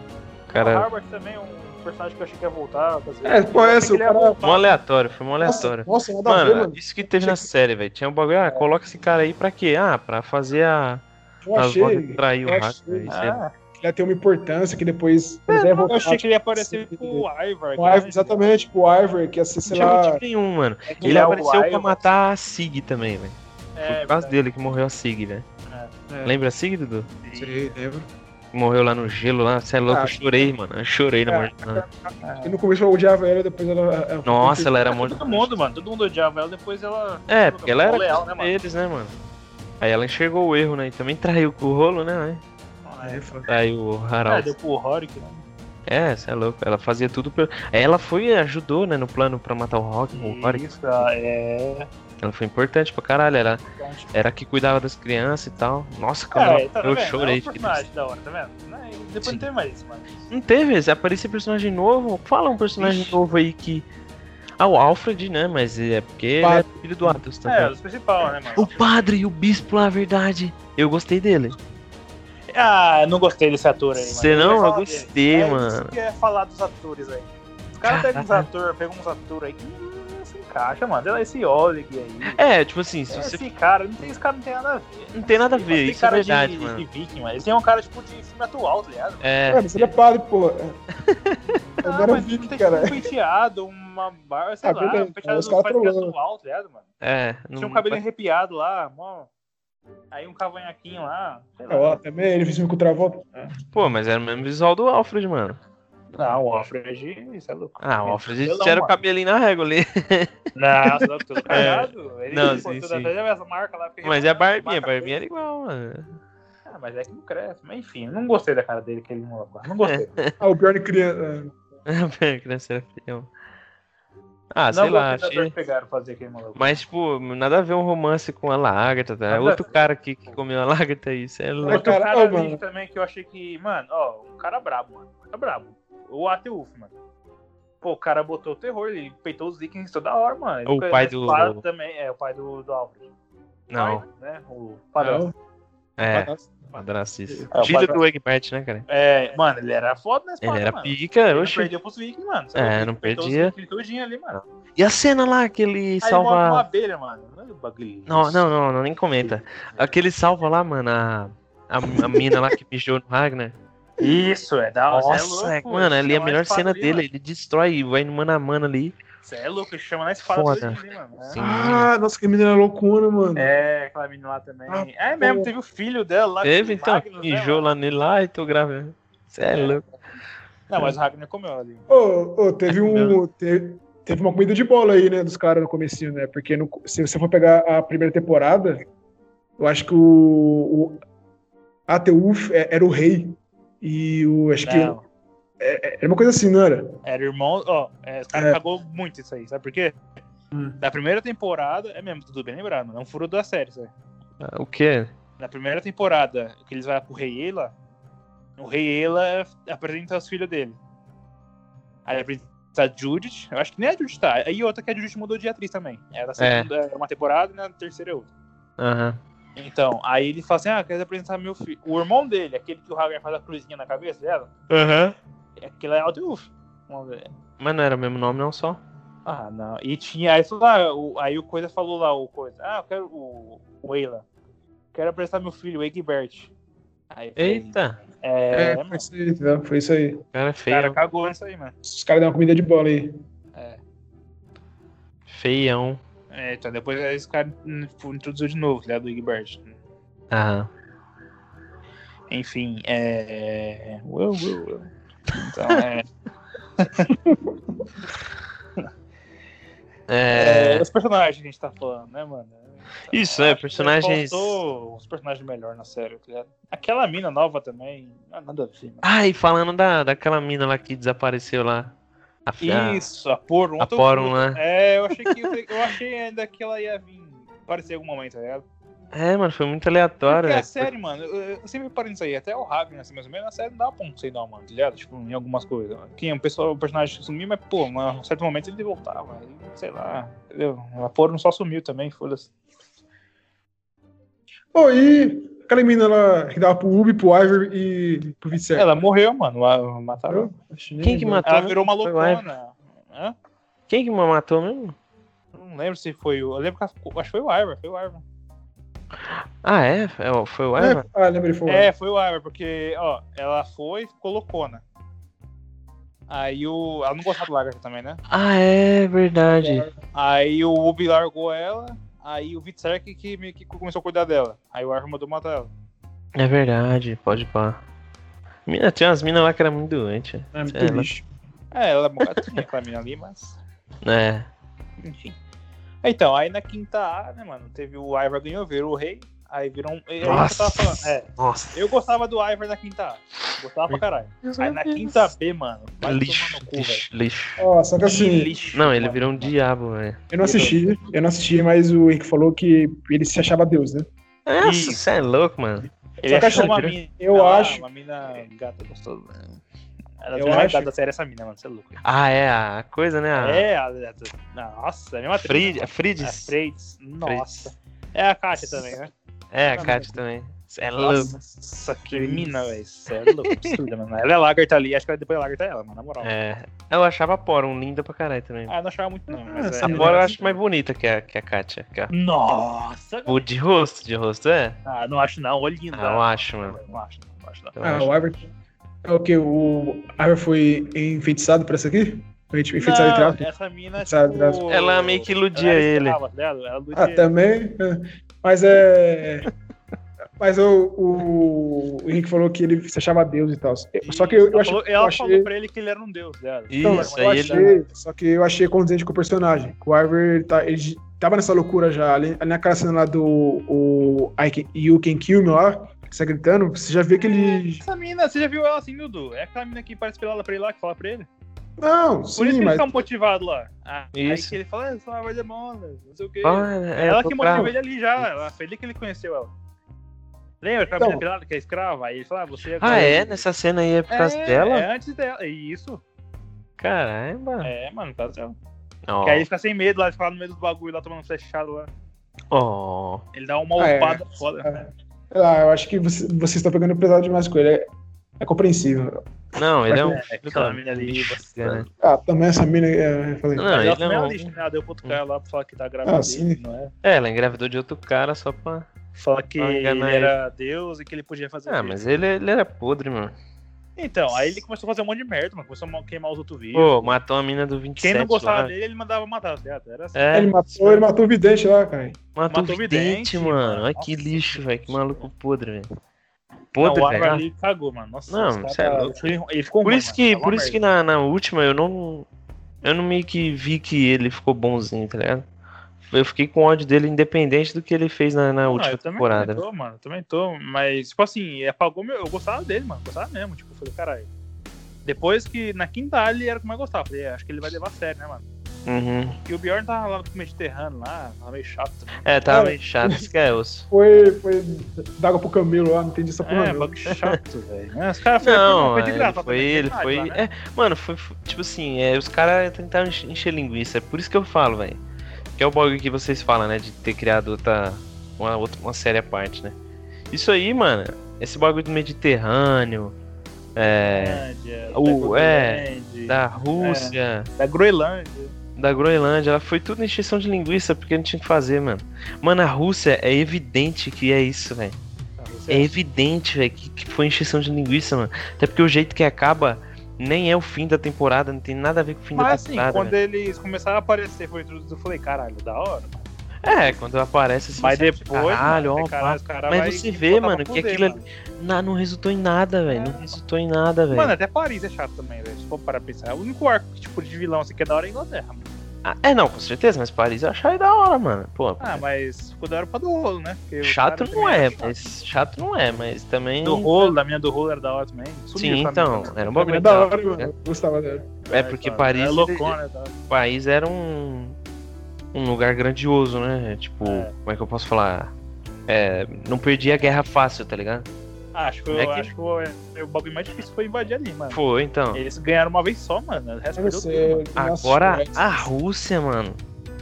cara. Harvard também é um personagem que eu achei que ia voltar. às vezes. É, pô, é, Achei que o ele ia cara- voltar. Mó aleatório, foi mó aleatório. Nossa, nossa, nada a ver, Mano, mano. isso que teve na série, velho. Tinha um bagulho, ah, coloca esse cara aí pra quê? Ah, pra fazer a. Eu As achei. lojas trair o eu Ragnar. achei. isso é aí. Ah, que Ela tem uma importância que É, depois. Ele vai eu voltar, achei que ele ia aparecer Sim. com o né? Ivar. O Ivar, exatamente, tipo, o Ivar, que ia ser, Não sei tinha lá. motivo nenhum, mano. É que Ele é o apareceu pra Ivar. matar a Sig também, velho. Foi É, por causa verdade. dele que morreu a Sig, velho. É. Lembra a Sig, Dudu? Sei, lembro. Que Morreu lá no gelo, lá. Você é louco, Ah, eu chorei, mano. Eu chorei na É. morte. dela. E no começo eu odiava ela, depois ela. ela- Nossa, ela era muito. Todo mundo, mano. Todo mundo odiava ela. Depois ela. É, porque ela era leal, né, mano? Eles, né, mano? Aí ela enxergou o erro, né? E também traiu com o rolo, né? né? É, foda. Traiu o É, Harald. deu pro Rorik, né? É, você é louco. Ela fazia tudo pelo. Aí Ela foi e ajudou, né, no plano pra matar o Rock, o Rorik. Isso, ela é. então, Ela foi importante pra caralho. Ela era a que cuidava das crianças e tal. Nossa, cara, É, tá eu vendo? chorei. É um fiquei personagem da hora, tá vendo? Não, e Depois Sim. não tem mais isso, mano. Não teve, se aparecer personagem novo, fala um personagem Ixi. novo aí que. Ah, o Alfred, né? Mas é porque ele é Padre. filho do Atos também. É, os principal, né, O mano? padre e o bispo lá, a verdade. Eu gostei dele. Ah, não gostei desse ator aí, mano. Você Eu ia não? Eu falar gostei, dele. É isso mano. que é falar dos atores aí. Os caras pegam uns Caralho. atores, pegam uns atores aí que não se encaixa, mano. Sei lá, esse Oleg aí. É, tipo assim, se você. Esse cara, não tem, esse cara não tem nada a ver. Não tem nada a ver, Tem isso é cara verdade, de, de mano. viking, mano. Ele tem um cara, tipo, de filme atual, tá ligado? É, É, mas ele é padre, pô. Eu Ah, era mas Vic, não tem cara. um penteado, uma barba, sei Ah, lá, verdade. um penteado Os caras parece que é trolando. atual, tá ligado, mano? é. Tinha não- um cabelo arrepiado lá, mó... Aí um cavanhaquinho lá, sei lá. Ó, também, ele fez filme com o Travolta. É. Pô, mas era o mesmo visual do Alfred, mano. Não, o Alfred, isso é louco. Ah, o Alfred Cabelão, tira o mano. cabelinho na régua ali. Não, você é louco, todo cagado. Ele É. Não, pô, sim, toda sim. vez é essa marca lá. porque- Mas é a barbinha, a marca barbinha era igual, mano. feia. Ah, mas é que não cresce. Mas enfim, não gostei da cara dele, que ele não Não gostei. Ah, o Bjorn é, criança. A criança era feia. Ah, não sei lá, gostei achei. da pegaram fazer aquele maluco. Mas, tipo, nada a ver um romance com a lagarta, tá? É Nada a outro ver. cara que, que comeu a lagarta aí, isso é louco. Outro cara, cara ô, ali mano. também que eu achei que, mano, ó, um cara brabo, mano. Um cara brabo. O Ateuf, mano. Pô, o cara botou o terror, ele peitou os vikings toda hora, mano. Ele O fica pai na do- espada Também, é, o pai do, do Alfred. Não, Pai, né? O Não, padrão. é, Padrasto. padrasto isso. É, o Filho do padrasto. Egbert, né, cara? É, mano, ele era foda na espada, Ele era mano. pica, Ele não oxe. perdia pros vikings, mano. É, Ele não peitou os perdia. vikings todinho ali, mano. E a cena lá que ele Aí ele morre com uma salva. abelha, mano. Olha o bagulho. Não, não, não, não, nem comenta. Aquele salva lá, mano, a. A, a mina lá que mijou no Ragnar. Isso, é da hora. cê Nossa, é louco, mano, ali é a chama melhor nós pra cena abrir, dele. mano. Ele destrói e vai no mano a mano ali. Cê é louco, ele chama na espada Foda. dele, né, mano. Sim. Ah, nossa, que menina loucura, mano. É, aquela menina lá também. Ah, é mesmo, pô. teve o filho dela lá. Teve, com o então. Magnus, né, Mijou mano? lá nele lá e tô gravando. Você é louco. Não, mas o Ragnar comeu ali. Ô, ô, É teve um. Teve, teve uma comida de bola aí, né, dos caras no comecinho, né? Porque no- se você for pegar a primeira temporada, eu acho que o. o Ateuf é- era o rei. E o. Acho que. Não, Era uma coisa assim, não era? era irmão. Ó, é, os caras É. cagou muito isso aí, sabe por quê? Hum. Da primeira temporada, é mesmo, tudo bem lembrado, mano. É um furo da série, sabe? Ah, O quê? Na primeira temporada, que eles vão pro Rei Eila, o Rei Eila apresenta os filhos dele. Aí ele apresenta a Judith, eu acho que nem a Judith tá, aí outra que a Judith mudou de atriz também. Era, a segunda, era uma temporada e na terceira é outra. Aham. Então, aí ele fala assim: ah, quero apresentar meu filho. O irmão dele, aquele que o Hagar faz a cruzinha na cabeça dela, Aham. é aquele é Alteuf. Vamos ver. Mas não era o mesmo nome, não só? Ah, não. E tinha. Aí, falou lá, o, aí o Coisa falou lá, o Coisa. Ah, eu quero. O, o Eila. Quero apresentar meu filho, o Egbert. Aí, eu falei, Eita, É, mano. foi isso aí, entendeu? Foi isso aí. o cara é feio. cara cagou nisso aí, mano. Os caras deram uma comida de bola aí. Feião. É, então depois aí esse cara hum, tipo, introduziu de novo, né, do Egbert. Aham. Enfim, é... Uou, uou, uou. Então, é... É... é, Os personagens que a gente tá falando, né, mano? Então, Isso, é, acho que personagens- Faltou os personagens melhor na série, tá ligado? Aquela mina nova também, ah, nada a ver, mano. Ah, e falando da, daquela mina lá que desapareceu lá. A, a- Isso, a Porum. a né? Porum lá. É, eu achei, que, eu achei ainda que ela ia vir aparecer em algum momento, tá ligado? É, mano, foi muito Porque aleatório. né? a velho. série, mano, eu, eu sempre parei nisso aí, até o Ragnar, assim, mais ou menos, a série não dá ponto, sei não, mano, tá ligado? Tipo, em algumas coisas. Quem, o, pessoal, o personagem sumiu, mas, pô, mano, em um certo momento ele voltava, aí, sei lá, entendeu? A Porum só sumiu também, foda-se. Pô, e aquela menina lá que dava pro Ubi, pro Ivor e pro É. Vicente. Ela morreu, mano, lá, mataram. ela. Quem que matou? Ela né? virou uma Foi o loucona. Hã? Quem que matou mesmo? Não lembro se foi o. Eu lembro que ela ficou- acho que foi o Ivor, foi o Ivor. Ah, é? É o- Foi o É, Eva? ah, lembrei, foi. É, foi o Ivor, porque, ó, ela foi e ficou loucona. Aí o. Ela não gostava do Lagarto também, né? Ah, é verdade. Aí o Ubi largou ela, aí o Vitserk que meio que começou a cuidar dela. Aí o Arthur mandou matar ela. É, verdade, pode pá. Mina, tinha umas minas lá que era muito doente. É, muito Ela- lixo. É, ela é bocadinha aquela menina ali, mas. É. Enfim. Então, aí na quinta A, né, mano, teve o Ivor ganhou, virou o rei. Aí virou um. é isso que eu tava Nossa. falando, é. Nossa. Eu gostava do Ivor na quinta A. Gostava pra caralho. Aí na quinta B, mano, vai tomar Lixo, no cu, velho. lixo, lixo. Ó, só que Que assim, lixo, Não, ele mano. virou um diabo, velho. eu não assisti, eu não assisti, mas o Henrique falou que ele se achava Deus, né? Nossa, você é louco, mano. Ele Só que assim, achou eu uma acho- mina. eu lá, acho- Uma mina gata gostosa. né? Eu Ela acho- acho... da série essa mina, mano, você é louco. Ah, é a coisa, né? A... É, a, a, nossa, é a mesma atriz, Frid... né? a Frides. A Freitas. Nossa. É a Kátia também, né? É, a Kátia também. Cê é louco. Nossa, que mina, velho. Isso é louco, absurda, mano. Ela é lagarta ali, acho que ela- depois a lagarta é ela, mano, na moral. É. Eu achava a Porum linda pra caralho também. Ah, eu não achava muito, não. Mas Ah, é- essa A Porum eu acho mais bonita que a, que a Kátia. que a- Nossa, O de rosto, de rosto, é? ah, não acho não, ô linda. Ah, eu acho, mano. Não acho, não, não acho não. Eu Ah, acho. o Ivor. É o que? O Ivor foi enfeitiçado pra essa aqui? Foi tipo, enfeitiçado de Não, tráfico? essa mina, Sabe, tipo... Ela meio que iludia ela ele. escrava, tá ligado? Ela iludia Ah, também. é. Mas é. Mas o, o, o Henrique falou que ele se achava Deus e tal. ele. Só que eu, eu Ela achei. falou- eu Ela achei- falou pra ele que ele era um deus, tá ligado? Então, Isso, eu aí ele. é um achei- Só que eu achei condizente com o personagem. que O Ivor ele tá, ele tava nessa loucura já. Ali, ali naquela cena lá do o, I can, You Can Kill Me lá, que você tá gritando, você já vê que ele. Essa mina, você já viu ela assim, Dudu? É aquela mina que parece pra ela pra ele lá, que fala pra ele? Não, Por isso sim, que eles mas. tá- estão motivados lá. Ah, Aí Isso. que ele fala, ah, eu sou uma vagabunda, não sei o quê. Olha, é, ela eu tô que bravo. motivou ele ali já, ela, foi ali que ele conheceu ela. Lembra que a Então. menina pelada que é escrava? Aí ele fala, ah, você é. Ah, é? Nessa cena aí é por causa é, dela? É antes dela. Isso. Caramba. É, mano, tá certo. Ó, Que aí ele fica sem medo lá, ele fica lá no meio dos bagulho lá tomando flechado lá. ó. Ele dá uma Ah, é. upada foda. Sei lá, eu acho que você- vocês estão pegando pesado demais com ele. É, é compreensível. Não, ele é um. É, aquela menina ali. Bicho, você- cara. Ah, também essa mina. É, eu falei. Não, Mas ele ela é também é um- uma lista, né? Ela deu pro outro cara lá pra falar que tá grávida Ah, dele, não é? É, ela engravidou de outro cara só pra. Fala que Pra ele enganar era Deus e que ele podia fazer Ah, isso. mas ele, ele era podre, mano. Então, aí ele começou a fazer um monte de merda, mano. Começou a queimar os outros vivos. Pô, matou a mina do 27 Quem não gostava lá. dele, ele mandava matar, tá ligado? Era assim. É, Ele matou, ele matou o vidente lá, cara. matou, matou o o vidente, vidente, mano. mano. Olha que Nossa. lixo, velho. Que maluco podre, velho. Não, Podre, o velho. Álvaro ali cagou, mano. Nossa, Não, esse cara- cê é louco. ele- ele ficou Por ruim, isso mano. que, Tava por uma isso que merda. na, na última eu não. Eu não meio que vi que ele ficou bonzinho, tá ligado? Eu fiquei com ódio dele independente do que ele fez na, na Não, é última Ah, eu também, temporada. também tô, mano. eu Também tô. Mas, tipo assim, apagou meu. Eu gostava dele, mano. Gostava mesmo. Tipo, eu falei, caralho. Depois que na quinta área ele era o que mais gostava. Falei, é, acho que ele vai levar a sério, né, mano? Uhum. E o Bjorn tava lá no Mediterrâneo lá, tava meio chato. também. É, tava Cara. meio chato, isso que é osso. Foi, foi d'água pro camelo lá, não entendi essa porra É, não. bagulho chato, velho. né? Os caras foi- Não, foi de é, graça, ele foi, de ele graça foi. lá, né? é, mano, foi, foi- tipo assim, é, os caras tentaram enche- encher linguiça, é por isso que eu falo, velho. Que é o bagulho que vocês falam, né? De ter criado outra. Uma, outra, uma série à parte, né? Isso aí, mano, esse bagulho do Mediterrâneo, é, Groenlândia, O- da é, Groenlândia, da Rússia, da Groenlândia. da Groenlândia, ela foi tudo encheção de linguiça porque não tinha o que fazer, mano. Mano, a Rússia é evidente que é isso, velho. É evidente, velho, que, que foi encheção de linguiça, mano. Até porque o jeito que acaba nem é o fim da temporada, não tem nada a ver com o fim da Mas assim, temporada. quando velho. eles começaram a aparecer, foi tudo, eu falei, caralho, da hora. É, quando aparece assim, Mas você- depois, caralho, mano, ó, caralho, os caras Mas vai você botar vê, pra mano, que fuder, aquilo é mano. na- não resultou em nada, velho. Não É. resultou em nada, velho. Mano, até Paris é chato também, velho. Se for para pensar. é O único arco que, tipo, de vilão assim, que é da hora é a Inglaterra. mano. Ah, é, não, com certeza, mas Paris eu achei da hora, mano. Pô, Ah, mas ficou da hora pra do rolo, né? Porque o É. chato cara não também é, era chato. mas chato não é, mas também. Do rolo, da minha do rolo era da hora também. Sumiu Sim, pra mim então, também. então. era um Bagulho bagulho é da hora, né? mano. Eu Gostava dela. É, porque da hora. Paris, Era ele- loucona, é da hora. O país era um. um lugar grandioso, né? Tipo, É. como é que eu posso falar? É, não perdi a guerra fácil, tá ligado? Ah, Acho que, É que- acho que o, o bagulho mais difícil foi invadir ali, mano. Foi, então. Eles ganharam uma vez só, mano. O resto Eu perdeu sei, tudo, mano. nossa, é. Agora eu- a Rússia, mano.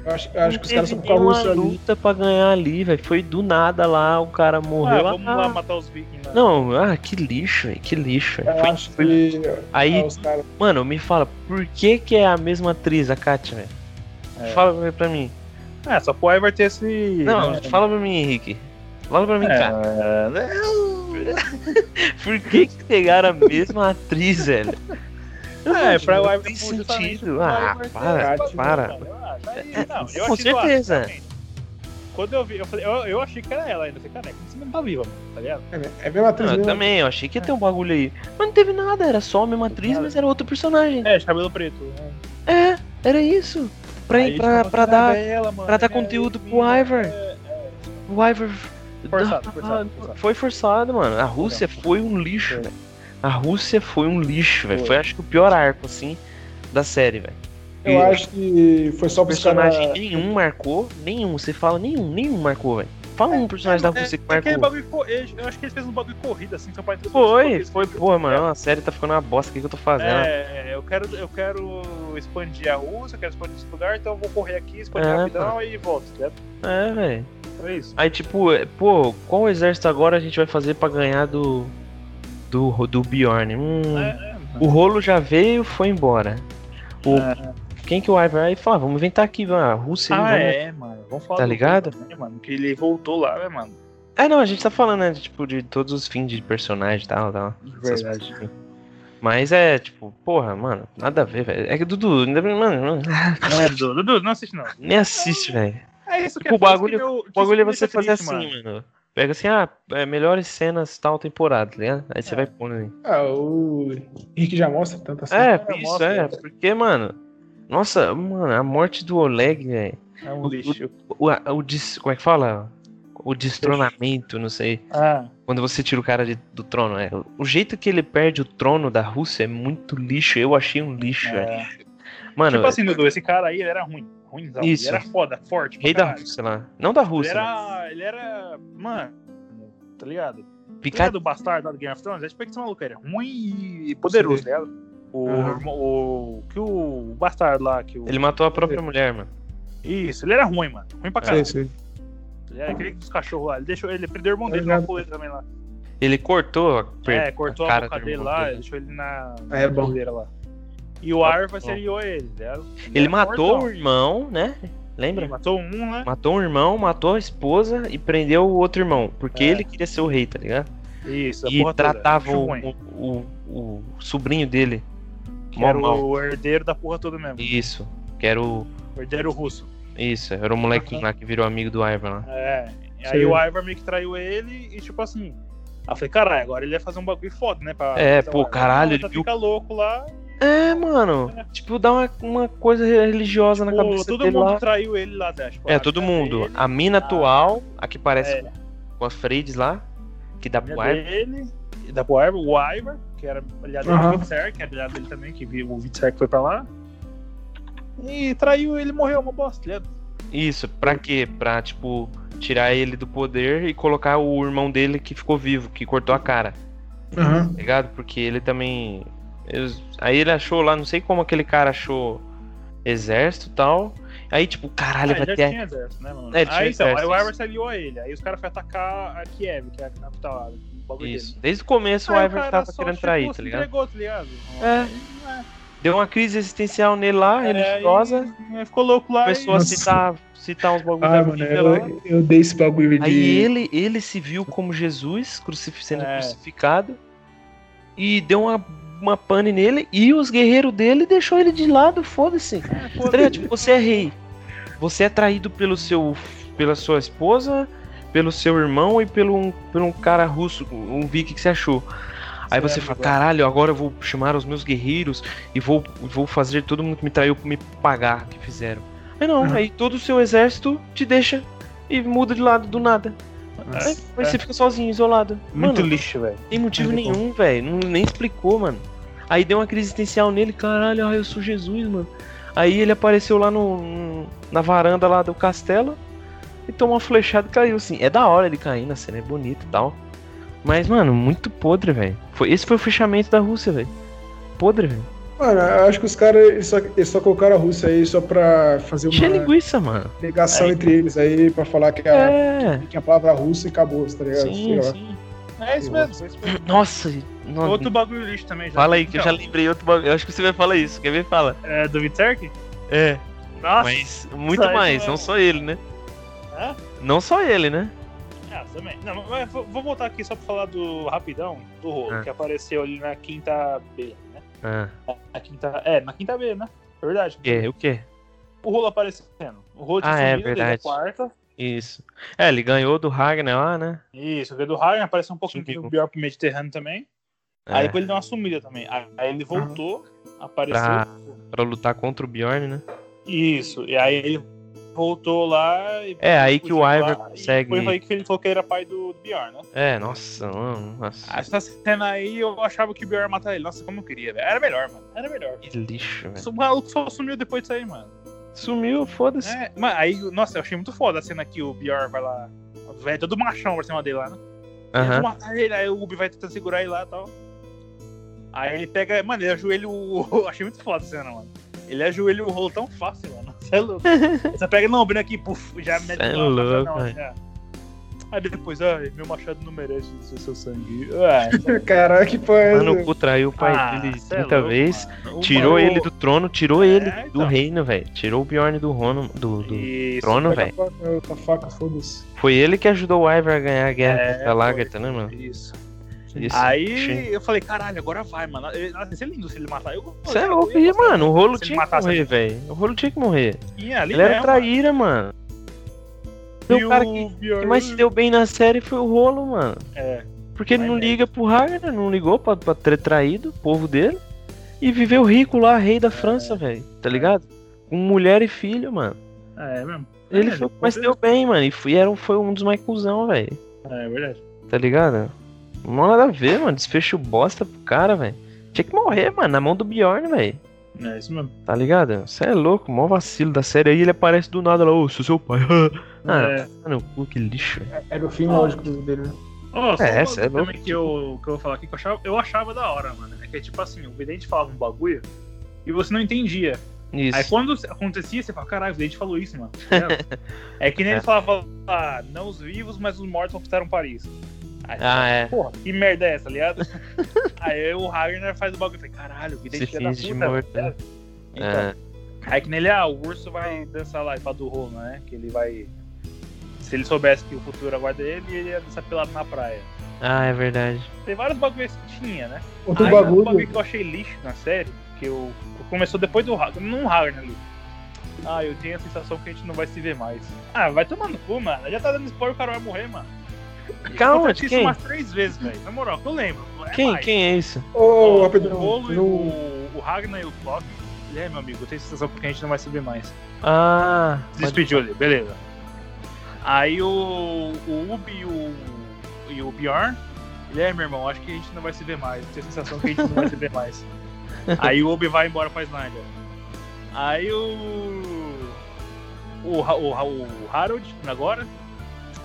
Eu acho, eu acho que os caras são Teve um com a uma Rússia ali. luta pra ganhar ali, velho. Foi do nada lá, o cara Ah, morreu. vamos ah, lá matar os vikings, mano. Não, ah, que lixo, velho. Que lixo. velho. Eu Foi- acho que. Aí, ah, os caras. mano, me fala, por que que é a mesma atriz, a Katia, velho? É. Fala pra mim. É, só pro Ever ter esse... Não, né? é, fala pra mim, Henrique. Fala pra mim, É. cara. né? Por que, que pegaram a mesma atriz, velho? É, pra não Wyvern tem pro- justamente sentido. pro Ah, Wyvern ter para, esse bagulho, para. mano. Eu acho, aí, É, não, eu com achei zoado, certeza. realmente. Quando eu vi, eu, falei, eu, eu achei que era ela ainda. Eu falei, cara, como você não tá viva, mano, tá ligado? É mesmo atriz Não, Ah, eu mesmo. também, eu achei que ia É. ter um bagulho aí. Mas não teve nada, era só a mesma atriz, Nada. mas era outro personagem. É, de cabelo preto. né? É, era isso. Pra, Aí, pra, tipo, pra cara, dar, ela, mano, pra dar é, conteúdo pro menina, Ivar. é, O Ivar. Forçado, forçado, forçado. Foi forçado, mano. A Rússia foi um lixo, Foi. velho. A Rússia foi um lixo, velho. Foi. Foi acho que o pior arco, assim, da série, velho. E Eu acho que foi só pros caras. personagem nenhum marcou, nenhum. Você fala nenhum, nenhum marcou, velho. Fala um personagem da é, Rússia que é aquele marcou. bagulho, co- eu eu acho que eles fez um bagulho corrida, assim, só pra entrar- Foi, eles- foi, porra, mano, a série tá ficando uma bosta, o que, que eu tô fazendo? né? É, eu quero, eu quero expandir a Rússia, eu quero expandir esse lugar, então eu vou correr aqui, expandir É, rapidão e volto, certo? É, velho. Foi isso. Aí, tipo, é, pô, qual exército agora a gente vai fazer pra ganhar do. do, do Bjorn? Hum, É, é, O rolo já veio, foi embora. O, Quem que o Ivar aí fala, vamos inventar aqui, vamos, a Rússia. ah, vamos... é, mano. Vamos falar Tá do- ligado? né, mano, que ele voltou lá, né, mano? É, não, a gente tá falando, né, de, tipo, de todos os fins de personagem e tal, tal. essas Verdade. coisas, assim. Mas é, tipo, porra, mano, nada a ver, velho. É que Dudu, ainda bem- mano, mano, Não é, Dudu, Dudu, não assiste, não. nem assiste, velho. É isso que Tipo, é o bagulho- que meu- que O bagulho é isso você me fazer deixa assim, triste, mano. Pega assim, ah, é, melhores cenas tal temporada, tá ligado? Aí você É. vai pondo ali. Ah, o Henrique já mostra tanto assim. É, cara, isso, mostra, é. velho. Porque, mano, nossa, mano, a morte do Oleg, velho. É um lixo. O, a- o des- como é que fala? O destronamento, não sei. Ah, Quando você tira o cara de- do trono, é. O jeito que ele perde o trono da Rússia é muito lixo. Eu achei um lixo, velho. é. Mano, Tipo assim, Dudu, esse cara aí, ele era ruim. Ruimzão. Isso. Ele era foda, forte. pra rei da caralho. Rússia lá. Não da Ele Rússia, né? era, ele era. Mano, tá ligado? Lembra Picado. do bastardo lá do Game of Thrones? É tipo que esse maluco era ruim e poderoso, né? O, Aham. irmão- o, que o bastardo lá, que o... Ele matou a própria mulher, mano. Isso, ele era ruim, mano. Ruim É. pra Sei, caralho. sei. Ele era aquele dos cachorros lá. Ele deixou ele prendeu o irmão É dele na verdade. coleira também lá. Ele cortou a, É, per- cortou a, cara boca do dele irmão lá, dele. deixou ele na, Ah, é na bom. coleira lá. E o Tá Arva bom. seriou ele, né? Ele era matou o fortão. irmão, né? Lembra? Ele matou um, né? Matou um irmão, matou a esposa e prendeu o outro irmão. Porque É. ele queria ser o rei, tá ligado? Isso, a E porra toda. tratava Acho o, ruim. o, o- o sobrinho dele. Que Mó era mal. o herdeiro da porra toda mesmo. Isso. Que era o. O herdeiro russo. Isso, era o molequinho lá que virou amigo do Ivan lá. É. E Sim. Aí o Ivar meio que traiu ele e, tipo assim. Aí eu falei, caralho, agora ele vai fazer um bagulho foda, né? pra- É, pra- pô, pra- caralho, Tá, ele viu- fica louco lá. É, mano. Tipo, dá uma, uma coisa religiosa na Pô, cabeça todo dele mundo lá. traiu ele lá, né? Tipo, É, a todo mina mundo. dele, A mina a- atual, a que parece Ah. É. com- com a Freides lá, que dá a pro mina Ivan. dele, e da pro Ivar, o Ivar, que era aliado Aham. do Vitser, que era aliado dele também, que viu- o Vitser que foi pra lá. E traiu ele morreu, uma bosta. Ele é, ah, Isso, pra quê? Pra, tipo, tirar ele do poder e colocar o irmão dele que ficou vivo, que cortou a cara, Aham. tá ligado? Porque ele também. eles- Aí ele achou lá, não sei como aquele cara achou exército e tal. Aí, tipo, caralho, Ah, vai já ter. tinha exército, né, mano? É, ele tinha aí, então, aí exército, o Ivar se aliou a ele. Aí os caras foram atacar a Kiev, que é a capital lá, o bagulho Isso. dele. Desde o começo Aí o Ivan cara tava só querendo chegou, trair, se tá ligado? entregou, tá ligado? É. Deu uma crise existencial nele lá, É, religiosa. aí- aí ficou louco lá. Começou e... a Nossa. citar, citar uns bagulho Ah, da mano, Bíblia lá. eu, eu dei esse bagulho de. Aí ele, ele se viu como Jesus crucif- sendo É. crucificado e deu uma, uma pane nele e os guerreiros dele deixou ele de lado, foda-se. É, pô, Tá ligado? Tipo, você é rei. Você é traído pelo seu pela sua esposa, pelo seu irmão e pelo um, pelo um cara russo, um viking que você achou. Aí você Certo, fala, agora. caralho, agora eu vou chamar os meus guerreiros e vou, vou fazer todo mundo que me traiu me pagar o que fizeram. Aí não, Uhum. aí todo o seu exército te deixa e muda de lado do nada. Nossa. Aí, aí é. você fica sozinho, isolado. Muito mano, lixo, velho. tem motivo Muito nenhum, velho. Não- Nem explicou, mano. Aí deu uma crise existencial nele, caralho, ah, eu sou Jesus, mano. Aí ele apareceu lá no, no- na varanda lá do castelo e tomou uma flechada e caiu, assim. É da hora ele cair na cena, é bonito e tal. Mas, mano, muito podre, velho. Foi, esse foi o fechamento da Rússia, velho. Podre, velho. Mano, eu acho que os caras eles só, eles só colocaram a Rússia aí só pra fazer Tinha uma linguiça, mano. ligação Aí. entre eles aí, pra falar que a, É. que a palavra russa e acabou, tá ligado? Sei Sim, lá. sim. É isso mesmo. é isso mesmo. Nossa, no- Outro bagulho lixo também. Já. fala aí que eu já Então, lembrei outro bagulho. Eu acho que você vai falar isso. Quer ver? Fala. É, do Vitserk? É. Nossa. Mas muito Sai, mais, não é? não só ele, né? Hã? Não só ele, né? Ah, também. Não, mas vou vou voltar aqui só pra falar do rapidão, do rolo, Ah. que apareceu ali na quinta B, né? Ah, Na quinta. É, na quinta B, né? É verdade. o quê? O quê? O rolo aparecendo. O rolo tinha Ah, é, sumido desde a verdade. quarta. Isso. É, ele ganhou do Ragnar lá, né? Isso, o do Ryan apareceu um pouquinho Sumiu. pior pro Mediterrâneo também. É, Aí depois ele deu uma sumida também. Aí aí ele voltou, apareceu. Pra- pra lutar contra o Bjorn, né? Isso. E aí ele voltou lá e. É, aí que o lá, Ivar e consegue. Foi aí que ele falou que ele era pai do Bjorn, né? É, nossa, mano. Nossa. Ah, Essa cena aí eu achava que o Bjorn ia matar ele. Nossa, como eu queria, velho. Era melhor, mano. Era melhor. Que lixo, velho. O maluco só sumiu depois disso aí, mano. Sumiu, foda-se. É, mas aí, nossa, eu achei muito foda a cena que o Bjorn vai lá. Velho, todo machão pra cima dele lá, né? Aham. Tenta matar ele, aí o Ubi vai tentando segurar ele lá e tal. Aí ele pega. Mano, ele ajoelha o. achei muito foda a cena, mano. Ele ajoelha o rolo tão fácil, mano. Você é louco. Você pega não, ombro aqui, puf, já Cê mete é uma louco, machadão, velho. já. Aí depois, ai, meu machado não merece ser seu sangue. Ah, Caraca, que porra é essa? Mano, o Tá cu traiu o pai ah, dele cê é muita louco, vez. mano. O Tirou maluco- ele do trono, tirou É, ele do então. reino, velho. Tirou o Bjorn do, rono, do, do Isso, trono, Pega a velho. faca, eu com a faca, tá foda-se. Foi ele que ajudou o Ivar a ganhar a guerra É, contra a Lagarta, né, mano? Isso. Isso. Aí Achei. eu falei, caralho, agora vai, mano. Ele- Nossa, ia ser lindo se ele matar. Eu, Você é eu louco, ia e, gostar. mano, o rolo Se ele tinha que matasse morrer, velho. O rolo tinha que morrer. Tinha ali Ele era mesmo, traíra, mano. mano. Meu E cara o que, Bjorn- que mais se deu bem na série foi o rolo, mano. É, Porque ele Mas não é. liga pro Ragnar, não ligou pra, pra ter traído o povo dele. E viveu rico lá, rei É. da França, velho. Tá ligado? Com mulher e filho, mano. é mesmo. Ele É, foi o que mais se deu bem, mano. E foi, era, um- foi um dos mais cuzão, velho. É, é verdade. Tá ligado? Não nada a ver, mano. Desfecho bosta pro cara, velho. Tinha que morrer, mano, na mão do Bjorn, velho. É isso mesmo. Tá ligado? Você é louco, mó vacilo da série. Aí ele aparece do nada lá, ô, sou seu pai. Ah, É. mano, cu, que lixo. velho. Era o É Tá. fim lógico dele, né? Ó, só É, cê uma é coisa louco. também que eu, que eu vou falar aqui que eu achava, eu achava da hora, mano. É que tipo assim, o vidente falava um bagulho e você não entendia. Isso. Aí quando acontecia, você fala, caralho, o vidente falou isso, mano. Tá é que nem ele falava, ah, não os vivos, mas os mortos conquistaram Paris. Aí, Ah, é. Porra, que merda é essa, tá ligado? aí o Ragnar faz o bagulho e fala, caralho, o vidente Se filho da tá finge de puta. morto, velho." É. Aí que nele, ah, o urso vai dançar lá e fala do Roma, né? Que ele vai. Se ele soubesse que o futuro aguarda ele, ele ia dançar pelado na praia. Ah, é verdade. Tem vários bagulhos que tinha, né? Outro Aí, Um bagulho. bagulho que eu achei lixo na série, que eu. Começou depois do Hagar, não Hagar ali. Ah, eu tenho a sensação que a gente não vai se ver mais. Ah, vai tomar no cu, mano. Já tá dando spoiler, o cara vai morrer, mano. Calma, Acontece de isso quem? umas três vezes, velho. Na moral, que eu lembro. É Quem, mais. quem é isso? Ô, o rapidão. Rolo e no- o, o Ragnar e o Flock. É, meu amigo, eu tenho a sensação que a gente não vai se ver mais. Ah, pode... Despediu ali, beleza. Aí o, o Ubi e o, e o Bjorn. Ele é, meu irmão, acho que a gente não vai se ver mais. Eu Tenho a sensação que a gente não vai se ver mais. Aí o Ubi vai embora pra Islândia. Aí o. O, Ha- o, Ha- o Harold, agora.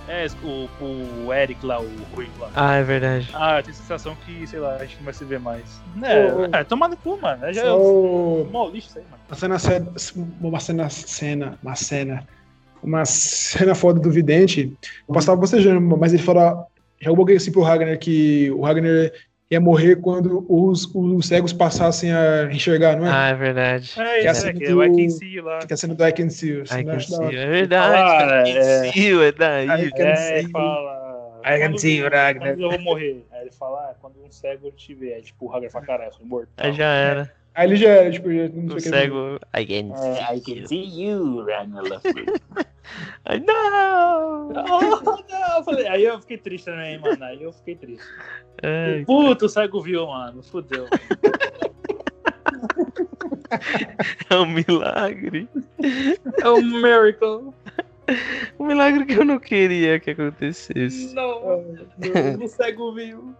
É, o, o Eric lá, o Ruivo lá. ah, é verdade. Ah, eu tenho a sensação que, sei lá, a gente não vai se ver mais. Ô, ô. É, é toma no cu, mano. É já Só o- mó lixo isso aí, mano. Uma cena, uma cena, cena, uma cena, uma cena foda do vidente. Eu passava bocejando, mas ele fala, já buguei assim pro Ragnar que o Ragnar ia morrer quando os, os cegos passassem a enxergar, não é? Ah, é verdade. É Que a isso, é, cena que é do- o I can see lá. Que tá sendo do I Can See You. I eu can acho da see hora. you. É verdade. I Ah, can see you, é daí. I can É, see ele you. fala. I can quando- see you, Ragnar. quando né?" eu vou morrer. Aí ele fala, ah, quando um cego te ver. Aí tipo, o Ragnar fala, caralho, eu fui morto. Aí já era. Aí ele já era, tipo, já não sei O o que. cego. I can É, I see can you. see you, Ragnar Lovegood. Ai, Não! oh, não, eu falei, aí eu fiquei triste também, mano. Aí eu fiquei triste. Ai, Puto, o cego viu, mano. Fudeu. é um milagre. É um miracle. Um milagre que eu não queria que acontecesse. É um Não, o cego viu.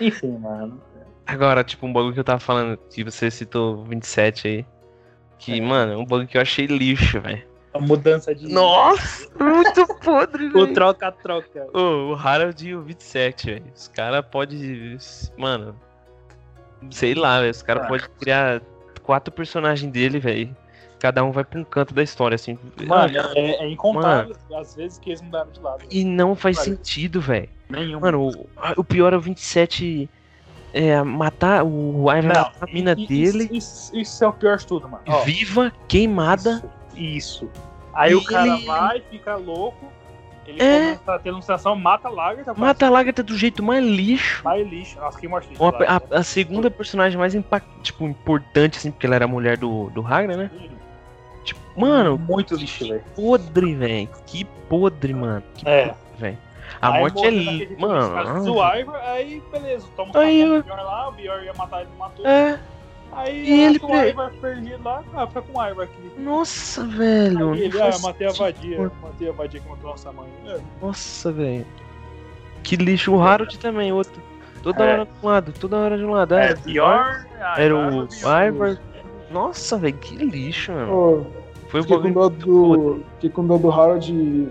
Enfim, mano. Agora, tipo, um bagulho que eu tava falando, que você citou 27 aí. Que, mano, é um bagulho que eu achei lixo, velho. A mudança de. Nossa, muito podre, O velho. troca-troca. Ô, o Harold e o 27, velho. Os caras podem. Mano. Sei lá, velho. Os caras Ah. podem criar quatro personagens dele, velho. Cada um vai pra um canto da história, assim. Mano, é, é incontável as vezes que eles mudaram de lado. E não faz Olha. sentido, velho. Nenhum. Mano, o, o pior é o 27. É, matar o Ivan matar a mina i- i- dele. Isso, isso é o pior de tudo, mano. Ó, viva, queimada. Isso. isso. Aí E o cara ele- vai, fica louco. Ele É. começa a ter alucinação, mata a Lager, tá Mata a Lagarta do jeito mais lixo. Vai lixo. Nossa, que morte lixo. Uma- Lager. a, a segunda personagem mais impact, tipo, importante, assim, porque ela era a mulher do, do Ragnar, né? Tipo, mano, muito lixo, velho. podre, velho. Que podre, mano. Que É. podre, velho. A Aí morte é morre daquele linda. jeito, os caras Mano. zoam, aí beleza, toma um Aí tapa eu- do Bior lá, o Bior ia matar ele, matou. É. Aí é, E ele acha o pre- Ivar perdido lá, ah, fica com o Ivar aqui. Nossa, velho. Aí não ele, ah, faz matei a sentido. vadia, matei a vadia que matou nossa mãe. É, Nossa, velho. Que lixo. O Harold também, outro. Toda É. hora de um lado, toda hora de um lado. É, Era, Bjorn, era o Ivar. Ivar. Nossa, velho, que lixo, mano. Ô, Foi um o Fiquei com bagulho. dó do. Fiquei com dó do Harold.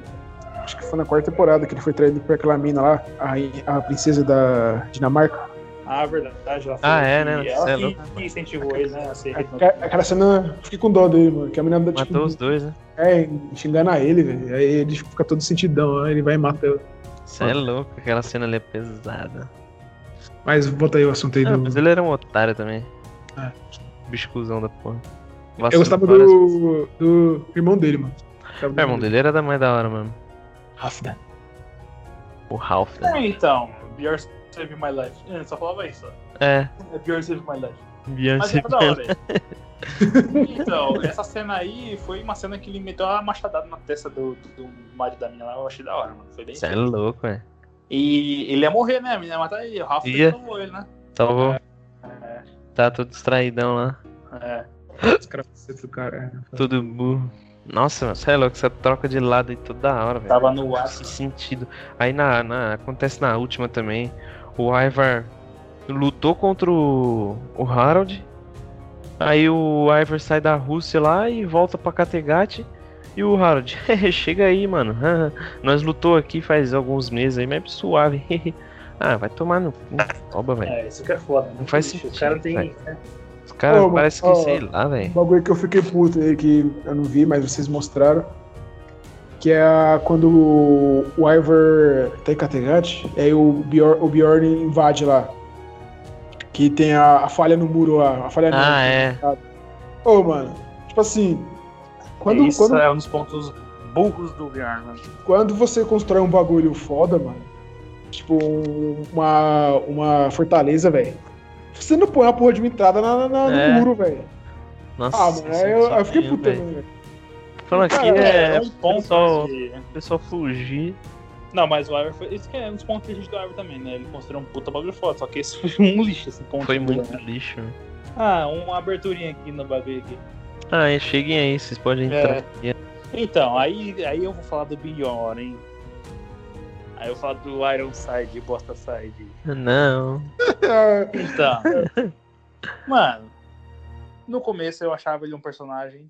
Acho que foi na quarta temporada que ele foi traído por aquela mina lá, a, rainha- a princesa da Dinamarca. Ah, verdade. Ela Ah, falou é, que né? Ela Cê é que- que incentivou ele, né? a ser Aca- É Aquela cena, fiquei com dó dele, mano. Que a mina tipo, Matou os dois, né? é, engana ele, velho. Aí ele fica todo sentidão, aí ele vai e mata ela. Você é louco, aquela cena ali é pesada. Mas bota aí o assunto aí Ah, do. mas ele era um otário também. É. Bicho cuzão da porra. Eu Vacilou gostava várias do, do irmão dele, mano. Gostava do É, irmão dele era da mais da hora mesmo. Rafda. O Ralph. né? É, então. Bjorn Save My Life. Eu só falava isso. ó. É, É Bjorn Save My Life. Mas Beyoncé. era da hora, velho. Então, essa cena aí foi uma cena que ele meteu uma machadada na testa do, do, do marido da minha lá. Eu achei da hora, mano. Foi bem. Você é louco, velho. E ele ia morrer, né? A menina ia matar ele. O Rafa Ia. salvou ele, né? Salvou. É. Tá todo distraidão lá. É. Os caras do cara. é. Tudo burro. Nossa, mano, você é louco, essa troca de lado aí toda hora, velho. Tava no Sem ácido. sentido. Aí na, na- acontece na última também. O Ivar lutou contra o, o Harold. Aí o Ivar sai da Rússia lá e volta pra Kattegat. E o Harold, chega aí, mano. Nós lutou aqui faz alguns meses aí, mas é suave. ah, vai tomar no cu, toba, velho. É, isso que é foda. Não faz Ixi, sentido, O cara tem. É, velho. Os caras Ô, parecem que, ó. sei lá, Um velho. bagulho que eu fiquei puto aí, que eu não vi, mas vocês mostraram. Que é a- quando o o Ivar tá em Kattegat, aí o, Bjor, o Bjorn invade lá. Que tem a, a falha no muro lá. A falha Ah, é. no, Ô, mano, tipo assim. Quando, Isso quando, é um dos pontos burros do né? VR, mano. quando você constrói um bagulho foda, mano, tipo um- uma, uma fortaleza, velho, você não põe a porra de uma entrada na, na- É. no muro, velho. Nossa, é Ah, mano, aí eu, aí eu fiquei puto, velho. velho. Falando aqui Cara, é, um ponto pessoal- de- o pessoal fugir. Não, mas o Iver foi. Esse que é um dos pontos críticos do Iver também, né? Ele considerou um puta bagulho foda, só que esse foi um lixo, esse ponto. Foi do muito Iver. lixo. Ah, uma aberturinha aqui no bagulho aqui. Ah, e cheguem aí, vocês podem entrar. aqui. Então, aí, aí eu vou falar do Beyond, hein? Aí eu falo do Ironside, Bosta Side. Não. É, Então. mano, no começo eu achava ele um personagem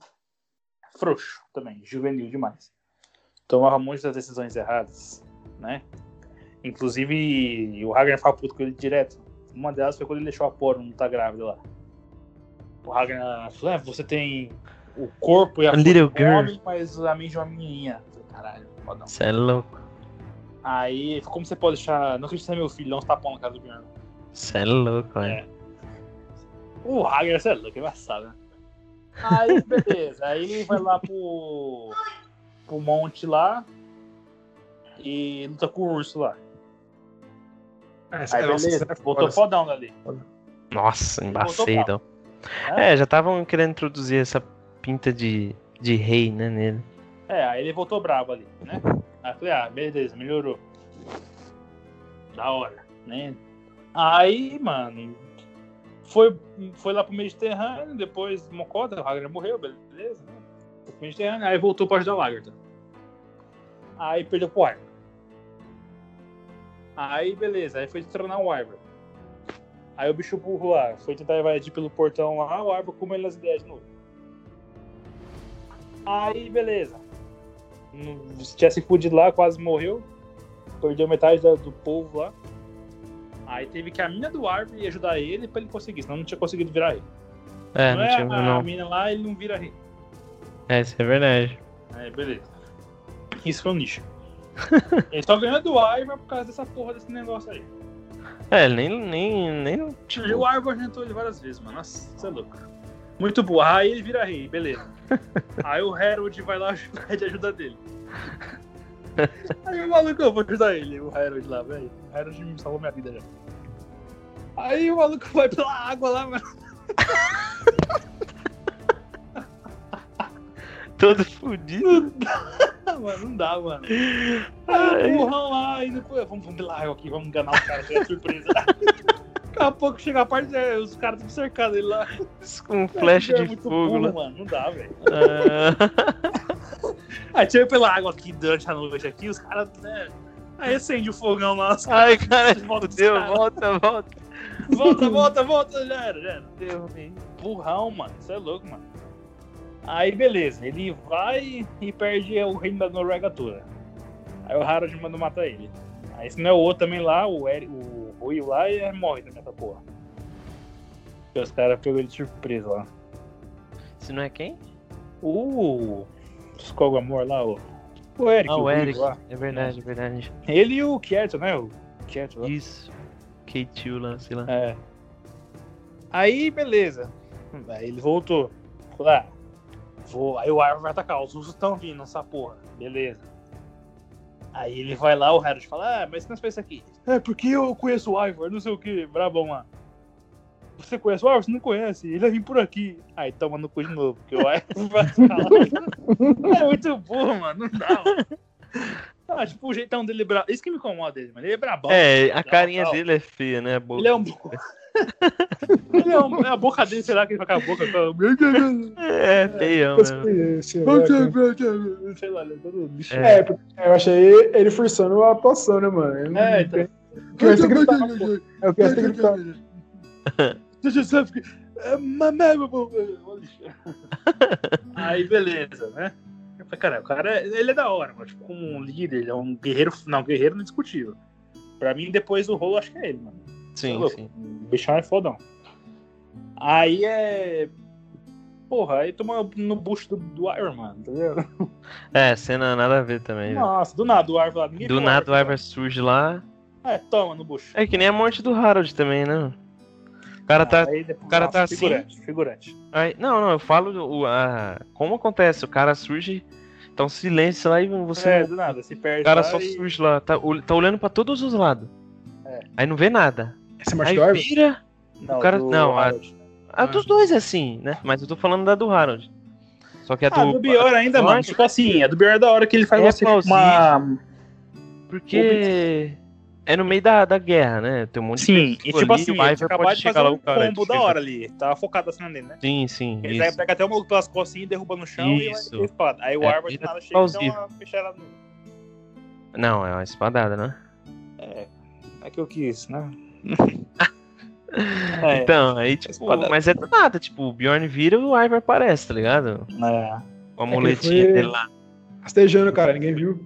frouxo também, juvenil demais. Tomava muitas decisões erradas, né? Inclusive, o Ragnar ficava puto com ele direto. Uma delas foi quando ele deixou a Poro não tá grávida lá. O Ragnar falou: é, você tem o corpo e a A little do homem, girl. mas a mente é uma menininha. Eu falei, Caralho, fodão. Você é louco. Aí, ele falou, como você pode deixar. Não acredito que você é meu filho, dá uns tapão na cara do Bjorn. Você é louco, mano. É. O Ragnar, você é louco, é embaçado, né? Aí, beleza. Aí ele vai lá pro, pro monte lá e luta com o urso lá. essa- Aí, nossa, beleza. essa é foda, Voltou essa- fodão dali. Nossa, Botou embacei, então. É, já estavam querendo introduzir essa pinta de, de rei, né, nele. É, aí ele voltou bravo ali, né? Aí eu falei, ah, beleza, melhorou. Da hora, né? Aí, mano, foi, foi lá pro Mediterrâneo, depois Mocoda, o Ragnar morreu, beleza, né? Foi pro Mediterrâneo, aí voltou pra ajudar o Lagertha. Aí perdeu pro Ivar. Aí, beleza, aí foi destronar o Ivar. Aí o bicho burro lá, foi tentar invadir pelo portão lá, o Ivar comeu ele nas ideias de novo. Aí, beleza. Não- Tinha se fudido lá, quase morreu. Perdeu metade da- do povo lá. Aí teve que a mina do Arve ajudar ele pra ele conseguir, senão não tinha conseguido virar rei. É, não não, é tinha. a Não. mina lá, ele não vira rei. É, isso é verdade. Aí, beleza. Isso foi um nicho. ele só ganhou do Arve por causa dessa porra desse negócio aí. É, ele nem. nem, nem E Tipo, o Arve orientou ele várias vezes, mano. Nossa, você é louco. Muito boa. Aí ele vira rei, beleza. Aí o Harold vai lá e pede ajuda dele. Aí o maluco, eu vou ajudar ele, o Harold lá, velho. O Harold me salvou minha vida já. Aí o maluco vai pela água lá, mano. todo fudido. mano não dá, mano. Aí o burrão lá, e depois, vamos, vamos pela água aqui, vamos enganar o cara, que é surpresa. Daqui a pouco chega a parte, é, os caras estão cercados ele lá. Com um flash É de muito fogo né? burro, lá. mano. Não dá, velho. Ah, Aí tira pela água aqui durante a noite aqui, os caras, né? Aí acende o fogão lá, os caras, Ai, cara, Volta os fudeu, caras. volta, volta. volta, volta, volta, já era, já era. Deu ruim. Burrão, mano, isso é louco, mano. Aí beleza, ele vai e perde o reino da Noruega toda. Aí o Harold manda matar ele. Aí se não é o outro também lá, o, Eri, o Rui lá, e morre também essa porra. Porque os caras pegou ele de surpresa lá. Se não é quem? O Uh, Skogamor lá, o. O Eric, ah, o Rui Eric. lá. É verdade, é verdade. Ele e o Kieto, né? O Kieto lá. Isso. Keitil lá, sei lá. É. Aí, beleza. Aí ele voltou. Falou, ah, vou. Aí o Arvo vai atacar. Os ursos estão vindo, essa porra. Beleza. Aí ele vai lá, o Harold fala, ah, mas você não fez isso aqui. É, porque eu conheço o Ivor, não sei o que, brabão lá. Você conhece o Ivor? Você não conhece, ele vai vir por aqui. Aí toma no cu de novo, porque o Ivor vai falar. é muito burro, mano, não dá, mano. Ah, tipo, o jeitão dele é bra... Isso que me incomoda ele, mano. Ele é brabão. É, a Não, carinha não. dele é feia, né? a boca. Ele é um. ele é um. é A boca dele, será que ele fica com a boca? com- É, feião, essa- né? esse, velho. Sei lá, ele é todo lixo. É, porque eu achei ele forçando a atuação, né, mano? Ele não- É, então. O que vai ter que gritar, pô. É o que vai ter que gritar. Deixa eu só ficar. É, mamãe, meu povo. Aí, beleza, né? Eu falei, Cara, o cara, é- ele é da hora, mano. Tipo, como um líder, ele é um guerreiro. Não, guerreiro não é discutível. Pra mim, depois do rolo, acho que é ele, mano. Tá Sim, louco? sim. O bichão é fodão. Aí é. Porra, aí toma no bucho do, do Iron, mano, tá ligado? É, cena nada a ver também. velho. Nossa, do nada o Arvo lá. ninguém Do viu nada o Arvo. Ivar surge lá. É, toma no bucho. É que nem a morte do Harold também, né? cara tá. Aí depois- o cara tá assim. figurante, Figurante. aí- não, não, eu falo o, a- como acontece, o cara surge, tá um silêncio lá e você. é, não- do nada, se perde. o cara lá só e- surge lá, tá, ol- tá olhando pra todos os lados. É. Aí não vê nada. Essa é aí Mark Dorf? vira. Não, cara- do não, a- Harold. A dos dois é assim, né? Mas eu tô falando da do Harold. Só que a Ah, é do. do Bior ainda, eu mano. acho Tipo assim, a do Bior é da hora que ele faz É você uma- plausível. Porque é no meio da, da guerra, né? Tem um monte Sim, de e pessoa tipo ali, assim, o ele Ivar tinha acabado pode de chegar fazer lá, um o cara combo da hora ali. Tava focado assim nele, né? Sim, sim. Ele vai Isso. pegar até o maluco pelas costinhas, derruba no chão Isso. e vai espada. Aí o É, Arbor de vira nada chega e dá plausível. uma fechada no. Não, é uma espadada, né? É que eu quis, né? É. Então, aí, tipo, espadada. mas é do nada, tipo, o Bjorn vira e o Ivar aparece, tá ligado? É. Com a muletinha foi- dele lá. Rastejando, cara, ninguém viu.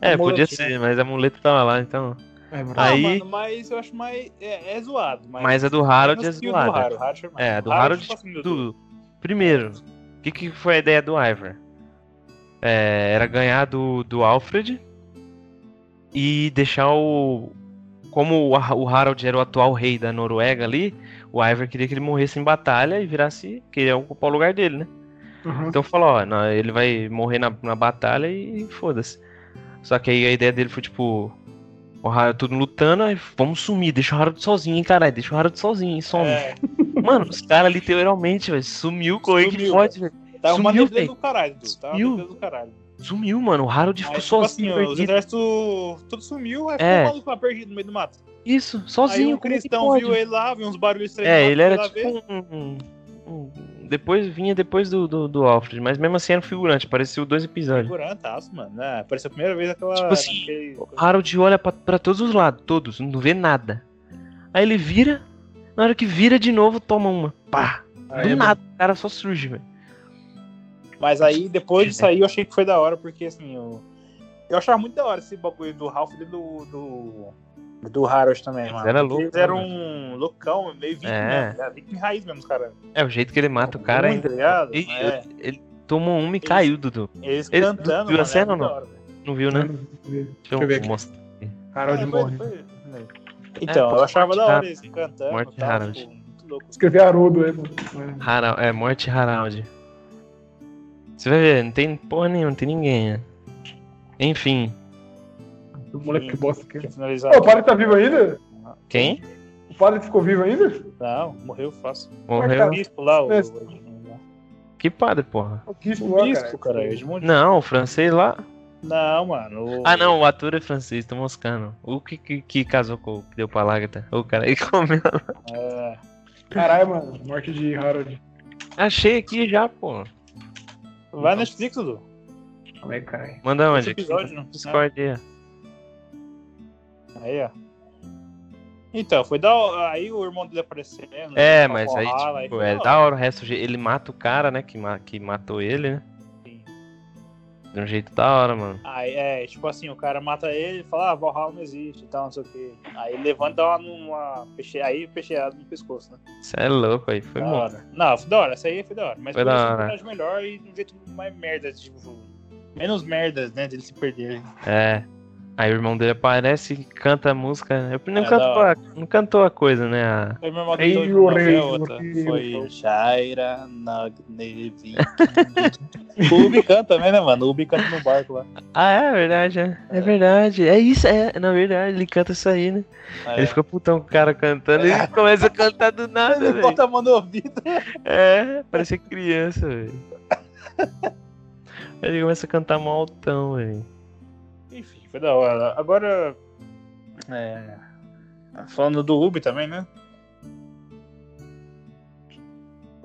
É, muleta, podia né? ser, mas a muleta tava lá, então. É, mano. Aí- Ah, mano, mas eu acho mais. É, é zoado. Mas, Mas a do Harold é menos que o zoada. Do Harold, Harold é, mais. É, a do Harold, Harold, tipo assim, meu Deus. do... Primeiro, o que, que foi a ideia do Ivar? É, era ganhar do, do Alfred e deixar o. Como o Ha- o Harald era o atual rei da Noruega ali, o Ivar queria que ele morresse em batalha e virasse. queria ocupar o lugar dele, né? Uhum. Então falou, ó, na- ele vai morrer na, na batalha e, foda-se. Só que aí a ideia dele foi tipo. O Harold tudo lutando, aí vamos sumir, deixa o Harold sozinho, hein, caralho, deixa o Harold sozinho, hein, some. É, Mano, os caras literalmente, velho, sumiu, correu que Sumiu, pode, velho. tá uma Sumiu, defesa velho. do caralho, Dudu. Tá uma Sumiu. defesa do caralho. Sumiu, mano. O Harold ficou Aí, tipo assim, sozinho, ó, os perdido. exércitos. Tudo sumiu, aí ficou É. o maluco lá perdido no meio do mato. Isso, aí sozinho. um como é que cristão pode? viu ele lá, viu uns barulhos estranhos. É, lá, ele foi lá era ver. tipo um, um- um- Depois vinha depois do, do, do Alfred, mas mesmo assim era um figurante, apareceu dois episódios. Figurantaço, mano. É, parecia a primeira vez aquela. Tipo assim, naquele- O Harold olha pra, pra todos os lados, todos, não vê nada. Aí ele vira, na hora que vira de novo, toma uma. Pá! Aí, é é do nada, o cara só surge, velho. Mas aí, depois É. disso aí, eu achei que foi da hora, porque assim, eu, eu achava muito da hora esse bagulho do Ralph e do, do, do Harold também, Eles mano. era Porque louco, Eles né, eram um loucão, meio viking É. mesmo, né? viking raiz mesmo, os caras. É, o jeito que ele mata o cara Muito, ainda. tá ligado? Ih, É. Ele tomou uma e caiu, Dudu. Eles Eles- cantando, viu a mano, cena era ou muito não? da hora, velho. Não viu, né? Deixa eu, eu ver aqui. mostrar. Harold É, foi- morre. foi- né. Então, É, pô, eu achava morte da hora Harold. eles cantando. Morte tal, Harold. tipo, muito louco. Escrever Haroldo, é, mano. Harald, é, morte Harald. Você vai ver, não tem porra nenhuma, não tem ninguém. né? Enfim, É, O moleque que bosta que é. Tinha finalizado. Ô, o padre tá vivo ainda? quem? O padre ficou vivo ainda? Não, morreu fácil. Morreu. O bispo lá, o. É. O Que padre, porra? O bispo lá, bispo, cara, Edmundo. Não, o francês lá. Não, mano. o- Ah, não, o ator é francês, tô moscando. O que, que, que casou com o que deu pra Lágata? O cara aí comeu. É. Caralho, mano. Morte de Harold. Achei aqui já, pô. Vai na Netflix, Dudu. Como é, caralho? Manda Esse onde? Aqui episódio, não. né? no Discord aí. ó. Aí, ó. Então, foi da hora- Aí o irmão dele aparecendo. né, É, com a mas aí, Valhalla, tipo, foi é da da hora o resto. Ele mata o cara, né, que, ma- que matou ele, né? Sim. De um jeito da hora, mano. Aí, é, tipo assim, o cara mata ele e fala, ah, Valhalla não existe e tal, não sei o quê. Aí levanta uma, uma peche... aí peixeada no pescoço, né? Você é louco aí, foi da bom. hora. Não, foi da hora, essa aí foi da hora. Mas Foi podia da ser um hora. personagem melhor e de um jeito mais merda, tipo, menos merdas, né, dele se perder. É. Aí o irmão dele aparece e canta a música. né? Eu não, É, canto da hora. a- não cantou a coisa, né? a- Foi meu irmão Ei, dele o foi rei, outra. o rei, o Foi rei. Shaira Nagnevi. o Ubi canta também, né, mano? O Ubi canta no barco lá. Ah, é verdade, é. É verdade. É isso, é. Na verdade, ele canta isso aí, né? Aí, Ele fica putão com o cara cantando e É. começa a cantar do nada, Ele velho. bota a mão no ouvido. É, parecia criança, velho. Ele começa a cantar mal altão, velho. Enfim, foi da hora. Agora. é, Falando do Ubi também, né?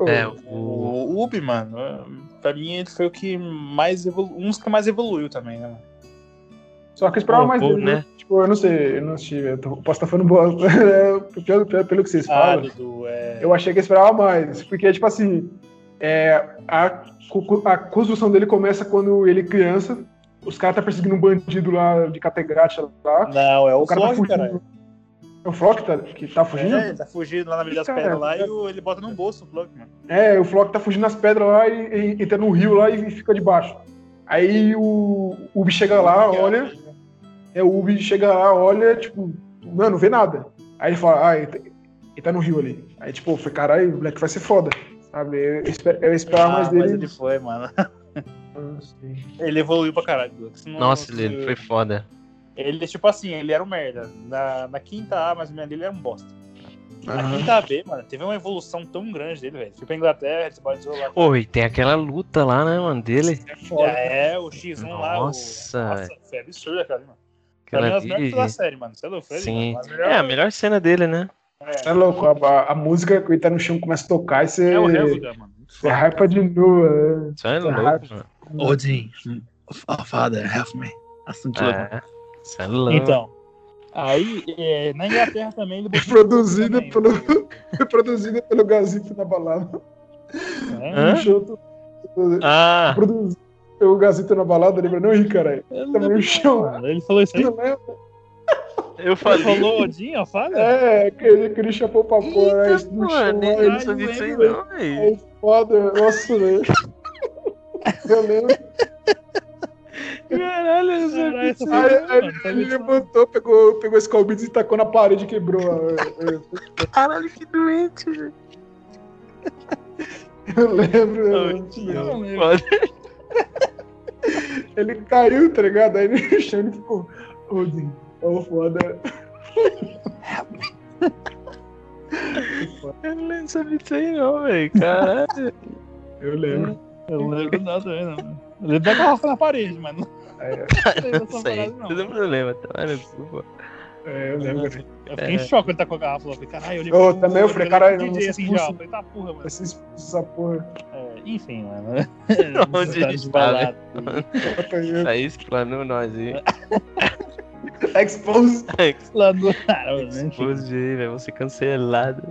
É, O, o. o Ubi, mano, é, pra mim ele foi o que mais evolu... um dos que mais evoluiu também, né? mano? Só que eu esperava Pô, mais pô, dele, né? Tipo, eu não sei, eu não estive. Eu tô- posso estar falando bosta. É, pelo, pelo- pelo que vocês Ah, falam, Dudu, é. eu achei que eu esperava mais. Porque, tipo assim, é, a, cu- a construção dele começa quando ele é criança. Os caras tá perseguindo um bandido lá de Categrate lá. Não, é o, O cara tá Floyd, fugindo. caralho. É o Flock tá, que tá fugindo? É, ele tá fugindo lá na Avenida das Cara, Pedras lá cara. e o- ele bota no bolso o Floyd, mano. É, o Flock tá fugindo nas pedras lá e, e entra num rio lá e fica debaixo. Aí o o Ubi chega lá, olha, é, o Ubi chega lá, olha, tipo, mano, não vê nada. Aí ele fala, ah, ent- Ele tá no Rio ali. Aí, tipo, eu falei, caralho, o Black vai ser foda. Sabe? Eu, esper- eu esperava Ah, mais mas assim. dele. ele foi, mano. Ah, sim. Ele evoluiu pra caralho, Dux. Não- Nossa, ele foi foda. Ele, tipo assim, ele era um merda. Na, na quinta A, mais ou menos, ele era um bosta. Na Aham. quinta tá B, mano, teve uma evolução tão grande dele, velho. Foi pra Inglaterra, ele se batizou lá. Pô, e tem aquela luta lá, né, mano, dele? É Já foda. é, o X1 lá. O... Nossa. Nossa, foi absurdo aquela ali, mano. Pra mim, é Aquela as melhores dele. da série, mano. Você é louco, foi ali, Sim. mano. Mas melhor- É, a melhor cena dele, né? Tá louco, a, a música que ele tá no chão começa a tocar e É, você. é o Helga, mano. Muito você foda. hypa de novo. é. Isso é louco, Caraca. mano. Odin, oh, Father, help me. Assim que levanta. É, isso é louco. Então, aí, é, na Inglaterra também ele botou- Produzida também, pelo, produzida né? pelo Gazito na balada. né? Hã? No show, tu- tu- Ah, Produzido pelo Gazito na balada, lembra não, Henrique, caralho? Eu não Tava lembro, no chão. mano. Ele falou isso aí. Não é, lembra? eu Ele falei. falou Odin, ó, fala. É, que ele, que ele chapou pra porra. Eita, aí né? no pô, chão, nem aí não sabia disso aí, não, velho. É foda, nossa, velho. Eu lembro. Caralho, eu não Caralho, sabia disso aí. Aí, aí mano, tá ele ligado? levantou, pegou, pegou esse calbito e tacou na parede e quebrou. Eu, Caralho, que doente, velho. eu lembro. eu lembro. Não lembro. Foda. Ele caiu, tá ligado? Aí no chão ele ficou. Odin, ô foda. Eu não sabia disso aí, não, velho. Caralho. Eu lembro. Eu não lembro nada né, também, não. Eu lembro da garrafa na parede, mano. É. Não lembro dessa Isso aí, parada, não. todo mundo lembra, tá? Olha, desculpa. É, eu lembro. Eu fiquei em choque quando tá com a garrafa lá. Eu falei, caralho, olhei Eu pro- também, eu falei, olhei caralho, pro não, DJ você assim expulsa. já. Eu falei, tá porra, mano. Essa essa porra. É, enfim, mano. é Onde a gente tá, né? Isso aí explanou nós aí. Expose. Lá do cara, né? Expose aí, velho. Você cancelado.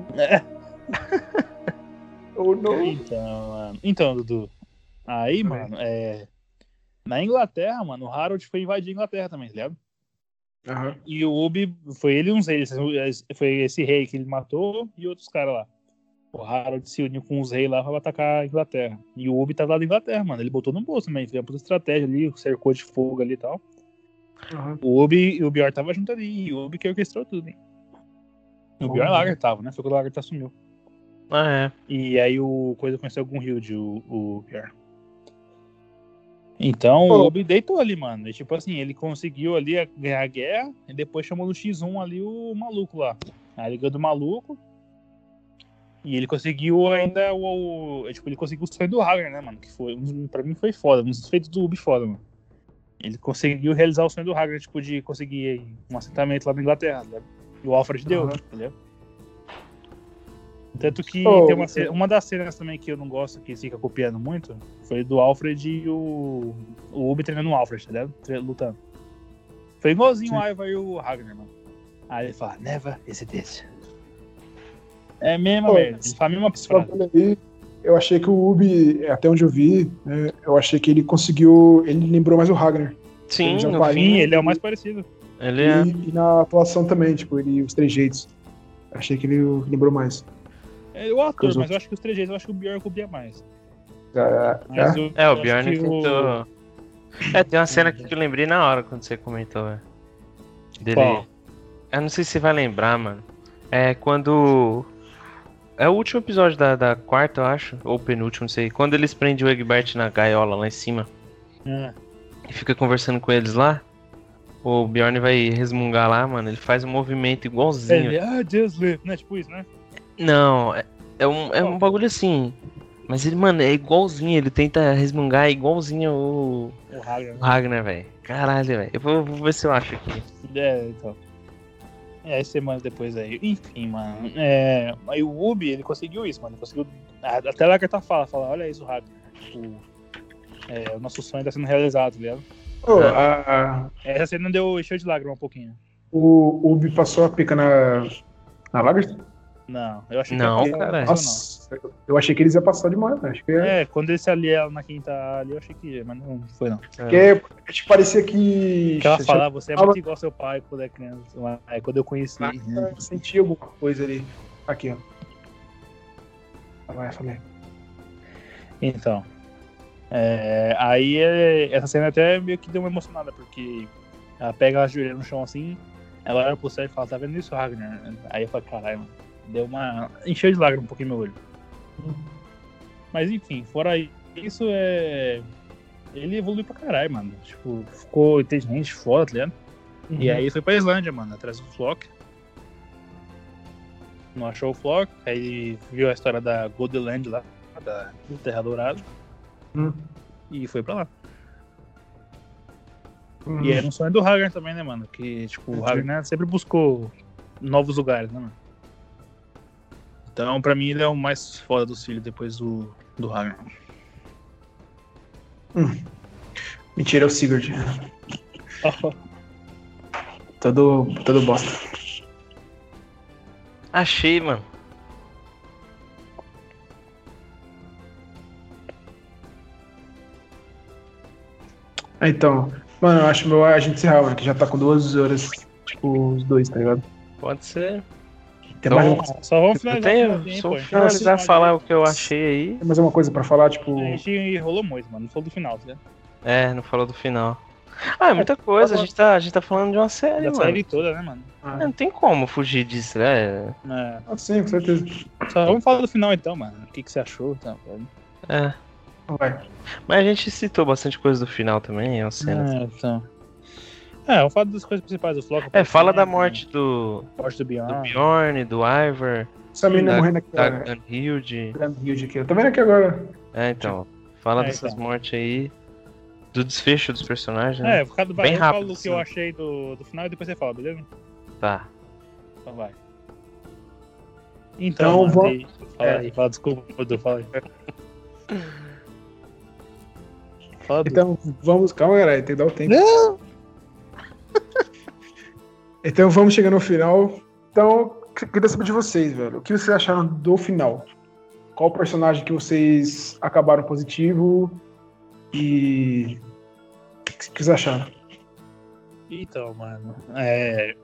Ou não. Então, mano. Então, Dudu. Aí, mano, é. Na Inglaterra, mano, o Harold foi invadir a Inglaterra também, tá ligado? Aham. E o Ubi, foi ele e uns reis. Foi esse rei que ele matou e outros caras lá. O Harold se uniu com os reis lá pra atacar a Inglaterra. E o Ubi tá tava lá na Inglaterra, mano. Ele botou no bolso também. Fez uma puta estratégia ali, cercou de fogo ali e tal. Aham. O Ubi e o Bior tava junto ali. E o Ubi que orquestrou tudo, hein? O Bior Lager tava, né? Foi quando o Lager assumiu. Ah, é. E aí o Coisa conheceu algum Hilde, o, o Pierre. Então Pô. o Obi deitou ali, mano. E, tipo assim, ele conseguiu ali a- ganhar a guerra e depois chamou no X1 ali o maluco lá. A Liga do Maluco. E ele conseguiu ainda o. o- tipo, ele conseguiu o sonho do Hagar, né, mano? Que foi. um- Pra mim foi foda. Um dos feitos do Ubi foda, mano. Ele conseguiu realizar o sonho do Hagar, tipo, de conseguir um assentamento lá na Inglaterra, né? E o Alfred deu, Aham. tá ligado? Tanto que Oh, tem uma, eu- ce- uma das cenas também que eu não gosto, que fica copiando muito, foi do Alfred e o. O Ubi treinando o Alfred, tá ligado? Tre- Lutando. Foi igualzinho o Ivar e o Ragnar, mano. Aí ele fala, never is it this. É a mesma Pô, merda. Ele fala a mesma Só frase. que olha aí, eu achei que o Ubi, é, até onde eu vi, né, eu achei que ele conseguiu. Ele lembrou mais o Ragnar. Sim, Ele já no pariu. fim. Sim, ele é o mais parecido. um Ele é. E, e na atuação também, tipo, ele os trejeitos. Achei que ele lembrou mais. É o ator, Os mas eu acho que os três jeitos, eu acho que o Bjorn copia mais. Ah, Mas ah, eu- É, eu o acho Bjorn que o- tentou. É, tem uma cena aqui que eu lembrei na hora quando você comentou, velho. Dele. Qual? Eu não sei se você vai lembrar, mano. É quando. É o último episódio da, da quarta, eu acho. Ou penúltimo, não sei. Quando eles prendem o Egbert na gaiola lá em cima É. e fica conversando com eles lá. O Bjorn vai resmungar lá, mano. Ele faz um movimento igualzinho. Ele, ah, Deus livre. Não é tipo isso, né? Não, é, é um, é um bagulho assim. Mas ele, mano, é igualzinho. Ele tenta resmungar igualzinho o. O Ragnar. O Ragnar, velho. Caralho, velho. Eu vou, vou ver se eu acho aqui. É, então. É, aí semanas depois aí. Enfim, mano. É, aí o Ubi, ele conseguiu isso, mano. Ele conseguiu. a- Até lá que tá fala, fala, olha isso, Ragnar. Tipo, é, o nosso sonho tá sendo realizado, tá ligado? oh, a- a- Essa cena deu encheu de lágrima um pouquinho. o Ubi passou a pica na. Na Lager? Não, eu achei Não, que ia passar, cara. não passou, não. Nossa, eu achei que eles iam passar demais, né? Acho que é. É, quando ele se aliou na quinta A ali, eu achei que ia, mas não foi não. Ah, Porque acho que parecia que. Porque ela eu falava, você é fala- muito igual seu pai quando é criança. lá, Aí quando eu conheci. né?" tinha- sentia alguma coisa ali. Aqui, ó. Ah, Vai, falei. Então. É, aí é, essa cena até meio que deu uma emocionada, porque ela pega a joelha no chão assim, ela olha pro céu e fala, tá vendo isso, Ragnar? Aí eu falo, caralho, mano. Deu uma. Encheu de lágrima um pouquinho meu olho. Mas enfim, fora isso, é. Ele evoluiu pra caralho, mano. Tipo, ficou inteligente, foda, tá ligado? E Uhum. aí foi pra Islândia, mano, atrás do Flock. Não achou o Flock, aí viu a história da Godeland lá, da Terra Dourada, Uhum. e foi pra lá. Uhum. E era um sonho do Hagar também, né, mano? Que, tipo, o Hagar sempre buscou novos lugares, né, mano? Então, pra mim, ele é o mais foda dos filhos depois do, do Hagar. Mentira, é o Sigurd. Todo, todo bosta. Achei, mano. Ah, Então, mano, eu acho meu a gente encerrar, mano, que já tá com duas horas, tipo, os dois, tá ligado? Pode ser. Tem Então, é mais, Bom, alguma- Só vamos Eu finalizar. tenho finalzinho, só pô. finalizar falar o que eu achei aí. tem mais alguma coisa pra falar, tipo. A gente rolou muito, mano. Não falou do final, tá ligado? É, não falou do final. Ah, é muita coisa. A gente tá, a gente tá falando de uma série, Da mano. série toda, né, mano? Ah, É, Não tem como fugir disso, né? É. ah, sim, com certeza. Só vamos falar do final, então, mano. O que, que você achou? Tá, É. Vai. Mas a gente citou bastante coisa do final também, as cenas. é, então. É, vamos falar das coisas principais do Flock. É, fala da morte do, Morte do Beyond. do Bjorn, do Ivar, Essa menina Da- morrendo aqui, da ó. é Gunhild. Grand Hilde aqui. Eu tô vendo aqui agora. É, então. Fala É, dessas então. mortes aí. Do desfecho dos personagens, né? É, por causa do Bem eu rápido, falo o que sim. eu achei do, do final e depois você fala, beleza? É. Tá. Então vai. Então, vou- aí, fala aí, fala, desculpa, Edu, fala aí. Fala, Edu. Então, vamos. Calma, galera, tem que dar o tempo. então, vamos chegando ao final. Então, eu queria saber de vocês, velho. O que vocês acharam do final? Qual personagem que vocês acabaram positivo? E. O que vocês acharam? Então, mano, é,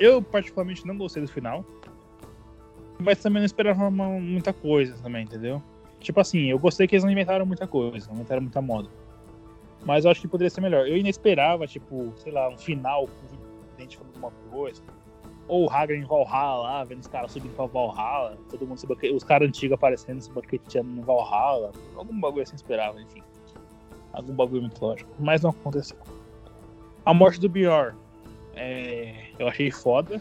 eu particularmente não gostei do final, mas também não esperava uma- muita coisa também, entendeu? Tipo assim, eu gostei que eles não inventaram muita coisa, não inventaram muita moda. Mas eu acho que poderia ser melhor. Eu ainda esperava, tipo, sei lá, um final com o Vidente falando alguma coisa. Ou o Hagen em Valhalla lá, vendo os caras subindo pra Valhalla, todo mundo se banque... os caras antigos aparecendo, se banqueteando no Valhalla. Algum bagulho assim eu esperava, enfim. Algum bagulho mitológico. Mas não aconteceu. A morte do Bior. é, eu achei foda.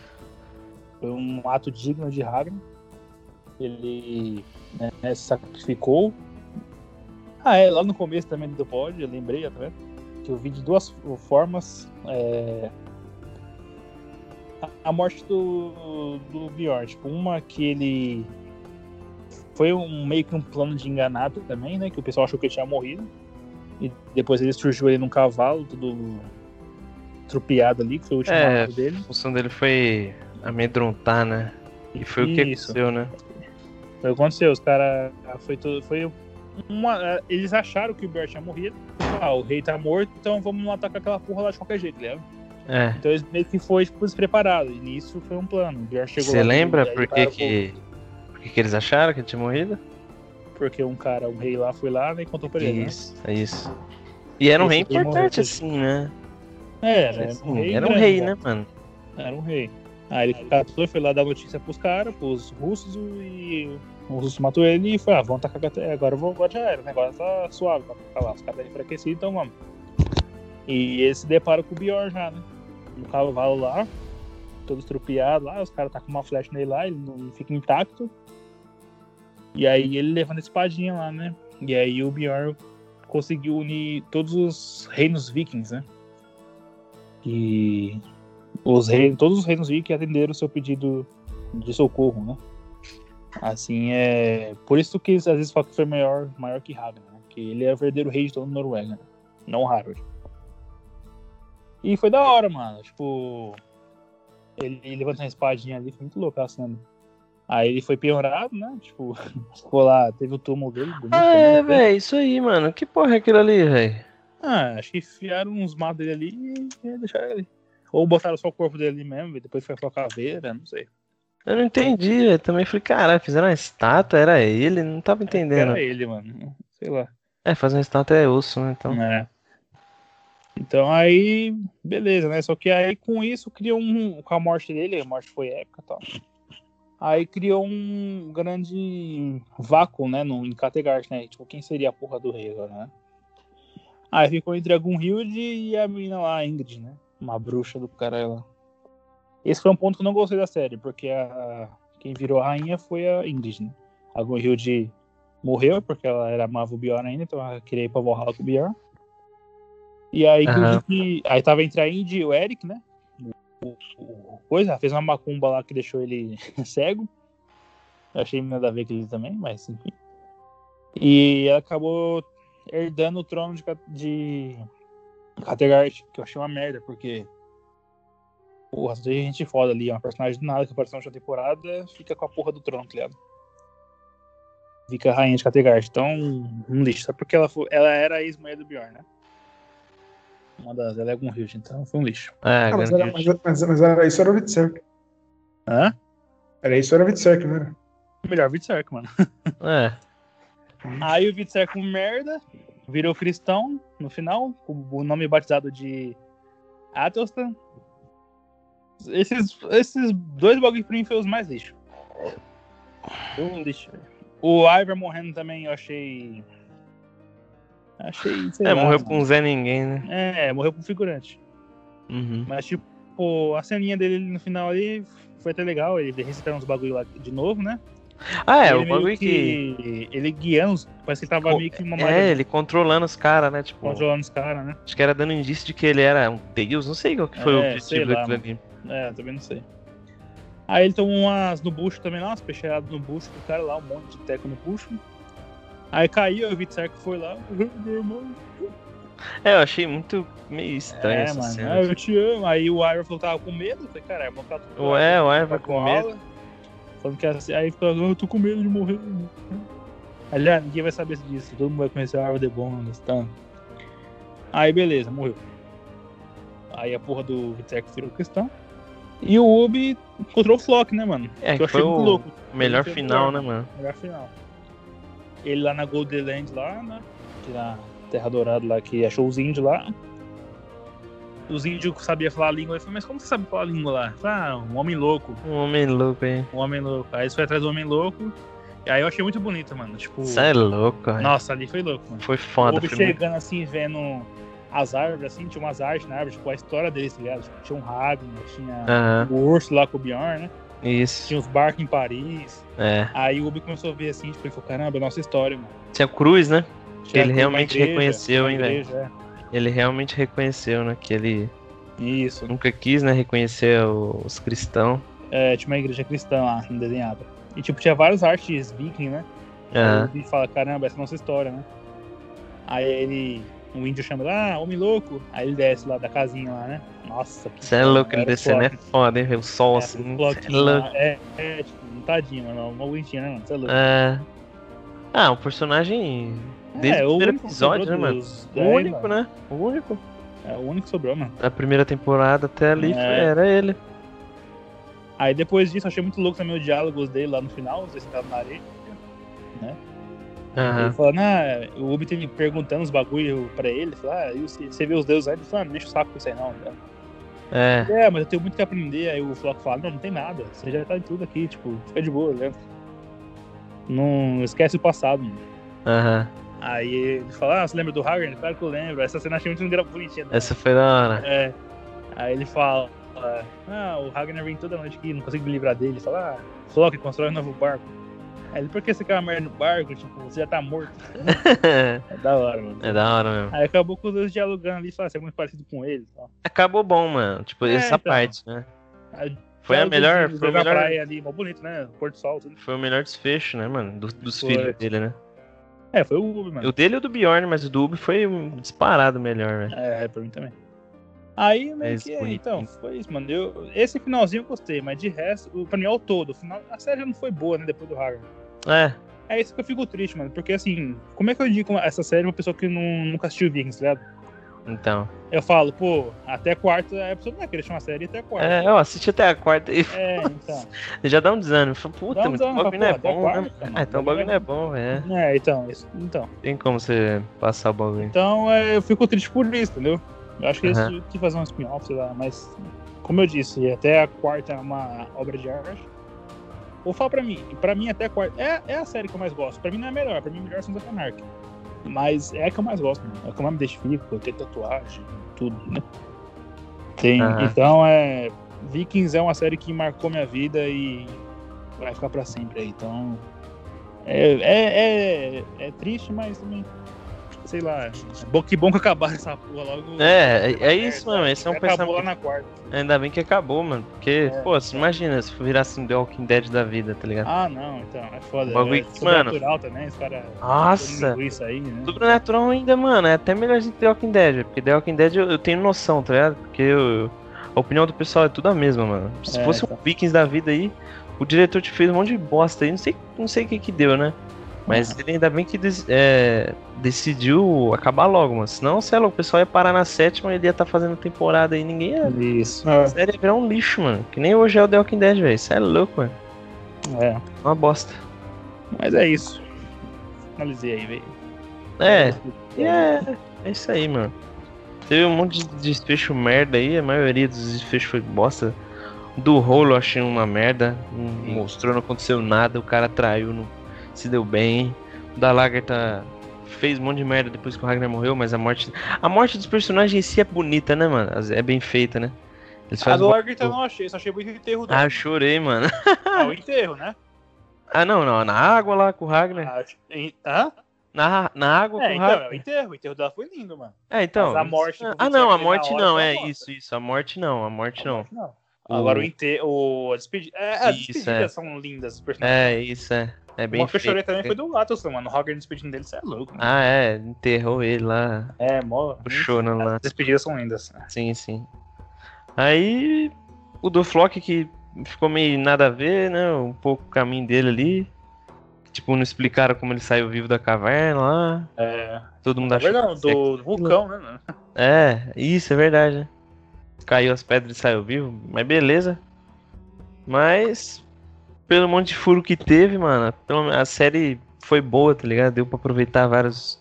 Foi um ato digno de Hagen. Ele né, se sacrificou. Ah, é, lá no começo também do pod, eu lembrei até, que eu vi de duas formas é, a- a morte do, do Bjorn. Tipo, uma que ele foi um meio que um plano de enganado também, né? Que o pessoal achou que ele tinha morrido. E depois ele surgiu ele num cavalo, tudo trupiado ali, que foi o último É. ato dele. A função dele foi amedrontar, né? E foi o que Isso. aconteceu, né? Foi o que aconteceu, os caras. Foi tudo. Foi um, uma, ah, eles acharam que o Bjorn tinha morrido. Ah, o rei tá morto, então vamos lá atacar aquela porra lá de qualquer jeito, lembra? É. Então eles meio que foi tipo, despreparado. E nisso foi um plano. O Bjorn chegou Você lá, lembra aí por que pararam que, por que que eles acharam que ele tinha morrido? com- Porque um cara, um rei lá, foi lá né, e contou pra ele. né? Isso, é isso. E era um rei Esse que morreu, importante, que- assim, né? É, Era, Assim, um rei. era um grande, rei, né? né, mano? Era um rei. Aí ele catou, foi lá dar notícia pros caras, pros russos, e o russo matou ele e foi, ah, vamos tacar a cate- agora, eu vou, agora já era, o negócio tá suave pra ficar lá, os caras tá enfraquecidos, então vamos. E ele se depara com o Bior já, né? No cavalo lá, todo estrupiado lá, os caras tá com uma flecha nele lá, ele não fica intacto. E aí ele levando a espadinha lá, né? E aí o Bior conseguiu unir todos os reinos vikings, né? E os reinos, todos os reinos vikings atenderam o seu pedido de socorro, né? Assim, é por isso que às vezes fala que foi maior, maior que Ragnar, né? que ele é o verdadeiro rei de toda a Noruega, né? não Harold. E foi da hora, mano. Tipo, ele, ele levantou a espadinha ali, foi muito louco a cena. Aí ele foi piorado, né? Tipo, ficou lá, teve o túmulo dele. bonito Ah, também, é, né? velho, isso aí, mano. Que porra é aquilo ali, velho? Ah, acho que enfiaram uns matos dele ali e e deixaram ele. Ou botaram só o corpo dele ali mesmo, e depois foi pra caveira, não sei. Eu não entendi, velho. Também falei, caralho, fizeram uma estátua, era ele, não tava entendendo. Era ele, mano. Sei lá. É, fazer uma estátua é osso, né? Então. É. Então aí, beleza, né? Só que aí com isso criou um. Com a morte dele, a morte foi épica e tal. Aí criou um grande vácuo, né, no, em Kattegat, né? Tipo, quem seria a porra do rei agora, né? Aí ficou entre a Gunhild e a menina lá, a Ingrid, né? Uma bruxa do caralho lá. Esse foi um ponto que eu não gostei da série, porque a, quem virou a rainha foi a Ingrid, né? A Gunhild morreu, porque ela era amava o Bjorn ainda, então ela queria ir pra Valhalla com o Bjorn. E aí, Aham. que- aí tava entre a Indy e o Eric, né? O, o- o coisa, fez uma macumba lá que deixou ele cego. Eu achei nada a ver com ele também, mas enfim. E ela acabou herdando o trono de, Ca- de Kattegat, que eu achei uma merda, porque. Porra, só tem gente foda ali, é uma personagem do nada que apareceu na última temporada, fica com a porra do trono, tá ligado? Fica a rainha de Kattegat. Então, um lixo. Só porque ela, foi, ela era a ex-mulher do Bjorn, né? Uma das. Ela é com Hilt, então foi um lixo. Ah, Ah, mas, grande era, mas, mas- mas era isso, era o Vitserk. Hã? Era isso, era o né? Vitserk, não era? Melhor Vitserk, mano. É. Aí o Vitserk, um merda, virou cristão no final, com o nome batizado de Atelstan. Esses, esses dois bagulho pra mim foi os mais lixo. Um lixo. O Ivar morrendo também eu achei. Achei. sei É, lá, morreu mano. com um Zé Ninguém, né? É, morreu com figurante. Uhum. Mas, tipo, a ceninha dele no final ali foi até legal. Ele recitando uns bagulho lá de novo, né? Ah, é, ele o meio bagulho que. Ele guiando, os- parece que ele tava Co- meio que uma É, marionete ele controlando os caras, né? Tipo, controlando os caras, né? acho que era dando indício de que ele era um deus, não sei qual que foi É, o sei objetivo lá, daquilo mano. ali. É, também não sei. Aí ele tomou umas no bucho também lá, umas peixeiradas no bucho do cara lá, um monte de teco no bucho. Aí caiu, eu vi que foi lá. Meu irmão. É, eu achei muito meio estranho É, essa mano. cena. "Ah, eu te amo. Aí o Iron falou que tava com medo. Eu falei, cara, é eu vou matar tudo. Ué, o Ivar Tava Tá com medo. Tá aula, Falando que era assim, aí ficou, "Não, eu tô com medo de morrer. Aliás, ninguém vai saber disso. Todo mundo vai conhecer a árvore de Bondas, tá? Aí beleza, morreu. Aí a porra do Vitec virou cristão. E o Ubi encontrou o Flock, né, mano? É, que eu que achei foi muito o louco. melhor Foi final, muito né, mano? Melhor final. Ele lá na Goldeland lá, né? Que na Terra Dourada lá, que achou os índios lá. Os índios sabiam falar a língua. Ele falou, mas como você sabe falar a língua lá? Eu falei, Ah, um homem louco. Um homem louco, hein? O Homem Louco. Aí eles foi atrás do Homem Louco. E aí eu achei muito bonito, mano. Tipo, Você é louco, velho. nossa, ali foi louco, mano. Foi O foda. Bob Foi muito... chegando assim, vendo as árvores, assim, tinha umas artes na árvore, tipo, a história deles, tá ligado? Tipo, tinha um Ragnar, tinha Aham, o urso lá com o Bjorn, né? isso. Tinha os barcos em Paris. É. Aí o Ubi começou a ver assim, tipo, ele falou, caramba, é nossa história, mano. Tinha cruz, né? Tinha Ele aqui uma realmente reconheceu, uma hein, velho? igreja, Ele realmente reconheceu, né? Que ele é. Isso. nunca quis, né? Reconhecer o- os cristãos. É, tinha uma igreja cristã lá, desenhada. E, tipo, tinha várias artes viking, né? Aham. Aí ele fala, caramba, essa é a nossa história, né? Aí ele. O índio chama lá, ah, homem louco. Aí ele desce lá da casinha lá, né? Nossa, que. Você é louco, ele vários descendo é floquinhos, foda, hein? velho? O sol é, assim. Você é floquinhos louco. lá. É, é, tipo, um tadinho, mano. Uma bonitinha, né, mano? Você é louco. É. Ah, o personagem. Desde É, o primeiro único que episódio, né, sobrou mano? dos- O é, único, mano. né? O único. É, o único que sobrou, mano. Da primeira temporada até ali É. foi- era ele. Aí depois disso, eu achei muito louco também os diálogos dele lá no final, você sentado na areia. Ele Aham. falando, ah, o Ubi teve perguntando os bagulho pra ele. Falou, ah, e você você vê os deuses aí? Ele falou, ah, não deixa o saco com isso aí, não, cara. É. É, mas eu tenho muito que aprender. Aí o Floco fala, não, não tem nada. Você já tá em tudo aqui, tipo, fica de boa, né? Não esquece o passado, mano. Aham. Aí ele fala, ah, você lembra do Hagen? Claro que eu lembro. Essa cena eu achei muito engra- bonitinha. né? Essa foi da hora. É. Aí ele fala, ah, o Ragnar vem toda noite aqui, não consigo me livrar dele. Ele Fala, ah, Flock, constrói um novo barco. Aí ele, por que você quer uma merda no barco? Tipo, você já tá morto. É da hora, mano. é da hora mesmo. Aí acabou com os dois dialogando ali, falando, você é muito parecido com ele. Tá? Acabou bom, mano. Tipo, É, essa então. parte, né? Aí Foi a diálogo melhor. dos Foi o dois na melhor, praia ali, mó bonito, né? Porto Sol, tudo. foi o melhor desfecho, né, mano? Do- dos Foi. filhos dele, né? É, foi o Ubi, mano. O dele e o do Bjorn, mas o do Ubi foi um disparado melhor, né? velho. É, pra mim também. Aí, meio Mas que, é, bonitinho. então, foi isso, mano. Eu, esse finalzinho eu gostei, mas de resto, o- pra mim, ao todo, o final, a série já não foi boa, né, depois do Hagar. É. É isso que eu fico triste, mano, porque, assim, como é que eu digo essa série é uma pessoa que não, nunca assistiu Vikings, tá ligado? Então. Eu falo, pô, até quarta, aí a pessoa não é vai querer chamar a série até quarta. É, eu assisti até a quarta e É, então. já dá um desânimo. Fala, Dá Puta, um mas o desânimo, bagulho não fala, é pô, até bom, né? quarta, mano. Ah, então o bagulho não é bom, velho. É, então, isso, então. Tem como você passar o bagulho. Então, é, eu fico triste por isso, entendeu? Eu acho que eles Aham. tinham que fazer um spin-off, sei lá, mas como eu disse, até a quarta é uma obra de arte. Vou falar pra mim, pra mim até a quarta. É, é a série que eu mais gosto. Pra mim não é a melhor, pra mim é melhor Sons of Anarchy. Mas é a que eu mais gosto, mano. É a que eu mais me identifico, eu tenho tatuagem, tudo, né? Tem. Aham. Então é. Vikings é uma série que marcou minha vida e vai ficar pra sempre aí. Então. É, é, é, é triste, mas também. Sei lá. é Bom, que bom que acabaram essa porra logo. É, é- é isso, mano. Esse é um Acabou lá pensamento. na quarta. Ainda bem que acabou, mano. Porque, É. pô, se imagina se virasse um The Walking Dead da vida, tá ligado? Ah, não, então, é foda. O bagulho é que, mano- sobrenatural também, os caras. Nossa! Isso aí, né? Sobrenatural ainda, mano, é até melhor de The Walking Dead, porque The Walking Dead eu, eu tenho noção, tá ligado? Porque eu- a opinião do pessoal é tudo a mesma, mano. Se É, fosse um então. Vikings da vida aí, o diretor te fez um monte de bosta aí, não sei, não sei o que que deu, né? Mas ele ainda bem que des- é, decidiu acabar logo, mano. Senão, sei lá, o pessoal ia parar na sétima e ele ia estar fazendo temporada aí, ninguém ia. Isso. Ah, A série ia virar um lixo, mano. Que nem hoje é o The Walking Dead, velho. Isso é louco, mano. É. Uma bosta. Mas é isso. Analisei aí, velho. É, E é, é isso aí, mano. Teve um monte de desfecho merda aí, a maioria dos desfechos foi bosta. Do rolo eu achei uma merda. Não mostrou, não aconteceu nada, o cara traiu, não se deu bem. O da Lagerta fez um monte de merda depois que o Ragnar morreu, mas a morte. A morte dos personagens em si é bonita, né, mano? As- É bem feita, né? Eles A fazem. do um- Lagarta eu não achei, só achei bonito o enterro dela. Ah, eu chorei, mano. Ah, o enterro, né? Ah, não, não. Na água lá com o Ragnar. Ah, em- Hã? Na, na água com É, o então, Ragnar. é o enterro. O enterro dela foi lindo, mano. É, então. Mas a morte, tipo, Ah, não, a você vê na morte hora, não, foi é bosta. isso, isso. A morte não, a morte não. Não. O- Agora o enterro. O... A despedida. É, as Isso, despedidas é. são lindas. os personagens. É, isso é. É bem Uma que eu chorei feito. também foi do Atos, mano. O Hogger despedindo dele, você é louco. mano. Ah, é, enterrou ele lá, É, mó. Ah, o Shonan lá. As despedidas são lindas. Sim, sim. Aí o do Flock que ficou meio nada a ver, né? Um pouco o caminho dele ali. Tipo, não explicaram como ele saiu vivo da caverna lá. É. Todo mundo Na achou. verdade, não, que do do vulcão, né, mano? É, isso é verdade. né? Caiu as pedras e saiu vivo, mas beleza. Mas, pelo monte de furo que teve, mano, pelo- a série foi boa, tá ligado? Deu pra aproveitar vários,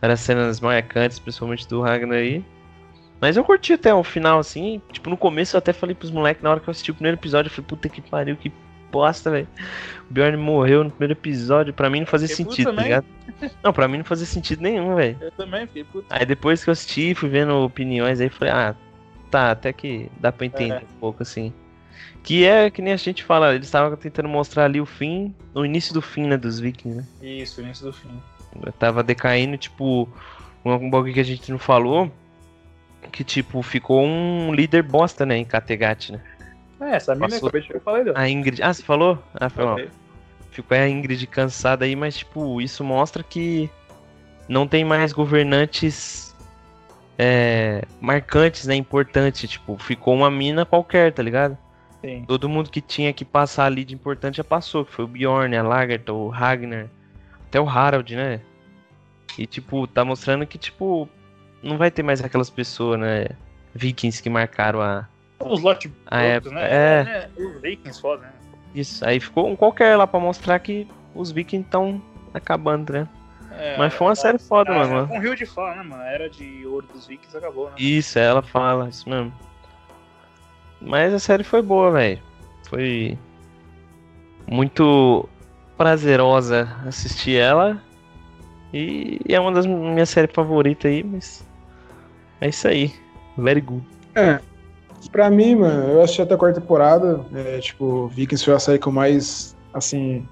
várias cenas marcantes, principalmente do Ragnar aí. Mas eu curti até o final, assim. Tipo, no começo eu até falei pros moleques, na hora que eu assisti o primeiro episódio, eu falei, puta que pariu, que bosta, velho. O Bjorn morreu no primeiro episódio, pra mim não fazia Fiquei puto sentido, tá também. ligado? Não, pra mim não fazia sentido nenhum, velho. Eu também fiquei puto. Aí depois que eu assisti, fui vendo opiniões, aí falei, ah, tá, até que dá pra entender um pouco assim. Que é que nem a gente fala, eles estavam tentando mostrar ali o fim, o início do fim, né, dos vikings, né? Isso, início do fim. Tava decaindo, tipo, um- algum bagulho que a gente não falou, que tipo, ficou um líder bosta, né, em Kattegat, né? É, essa mina Passou. acabei de eu falei dela. A Ingrid, ah, você falou? Ah, foi mal. Ok. Ficou a Ingrid cansada aí, mas tipo, isso mostra que não tem mais governantes é, marcantes, né? Importante. Tipo, ficou uma mina qualquer, tá ligado? Sim. Todo mundo que tinha que passar ali de importante já passou, que foi o Bjorn, a Lagertha, o Ragnar, até o Harald, né? E tipo, tá mostrando que, tipo, não vai ter mais aquelas pessoas, né? Vikings que marcaram a, Os lote a Outros, época. né? é. É, Os Vikings, foda, né? Isso, aí ficou um qualquer lá pra mostrar que os Vikings estão acabando, né? É, Mas foi uma a- série foda, a- mano. Com o Rio de Fala, né, mano? A era de ouro dos Vikings acabou, né? Isso, ela fala, isso mesmo. Mas a série foi boa, velho. Foi muito prazerosa assistir ela. E é uma das minhas séries favoritas aí, mas é isso aí. Very good. É. Pra mim, mano, eu assisti até a quarta temporada. É, tipo, Vikings foi a série que eu mais, assim.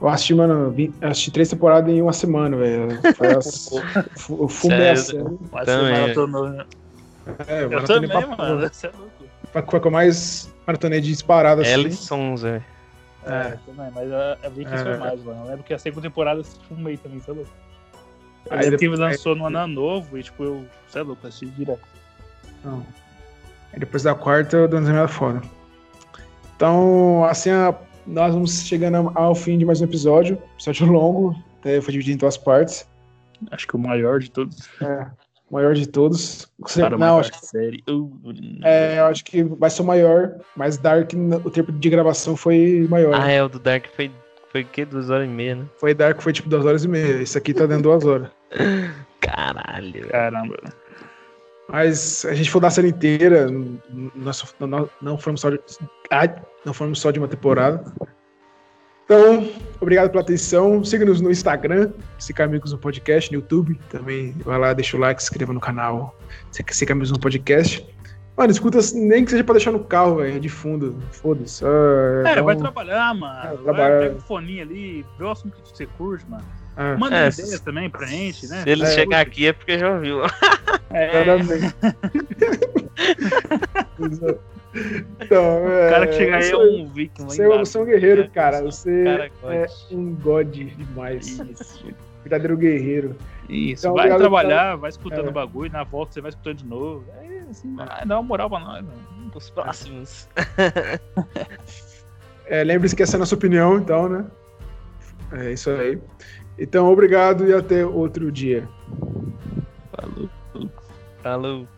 Eu assisti, mano, vi- assisti três temporadas em uma semana, velho. Foi as- fu- Eu fumei a série. Sério? Mas Também. você maratonou, né? É, Eu maratonei pra também, mano. Você é louco. Foi a que eu mais maratonei de disparada, assim. Ela e Sons, velho. É. É, também. Mas a, a Vikings É. foi mais, mano. Eu lembro que a segunda temporada eu fumei também, você é louco. Eu Aí lembro que depois- lançou no ano novo e, tipo, eu, você é louco, assisti direto. Não. Aí depois da quarta, o Danzimela é foda. Então, assim, a- nós vamos chegando ao fim de mais um episódio. Episódio longo, até foi dividido em duas partes. Acho que o maior de todos. O maior de todos. Não, Para uma acho, série. Eu- é, eu acho que vai ser o maior, mas Dark, n- o tempo de gravação foi maior. Ah, é, o do Dark foi, foi o quê? Duas horas e meia, né? Foi Dark, foi tipo duas horas e meia. Isso aqui tá dando duas horas. Caralho. velho. Caramba. Mas a gente for da série inteira, n- n- nós, só- nós não, fomos só de, ah, não fomos só de uma temporada. Então, obrigado pela atenção. Siga-nos no Instagram, Sica Amigos no Podcast, no YouTube. Também vai lá, deixa o like, se inscreva no canal. Sica Sica Amigos no Podcast. Mano, escuta nem que seja pra deixar no carro, velho, de fundo. Foda-se. Ah, É, Cara, dá É, vai um- trabalhar, mano. É, Vai, trabalhar. pega o foninho ali, vê o assunto que você curte, mano. Ah, Manda É, ideias também, preenche, né? Se ele É, chegar aqui é porque já ouviu. É, claramente. então, o é, cara que chega aí você- é um viking. lá Você é um, embaixo. você é um guerreiro, É, cara. você é um Você cara é forte. um god demais. Isso, Verdadeiro guerreiro. isso. Então, vai obrigado trabalhar, vai escutando É. o bagulho, na volta você vai escutando de novo. É assim, mano. dá uma moral pra nós, mano. Os próximos. É, Lembre-se que essa é a nossa opinião, então, né? É isso aí. Então, obrigado e até outro dia. Falou. Falou.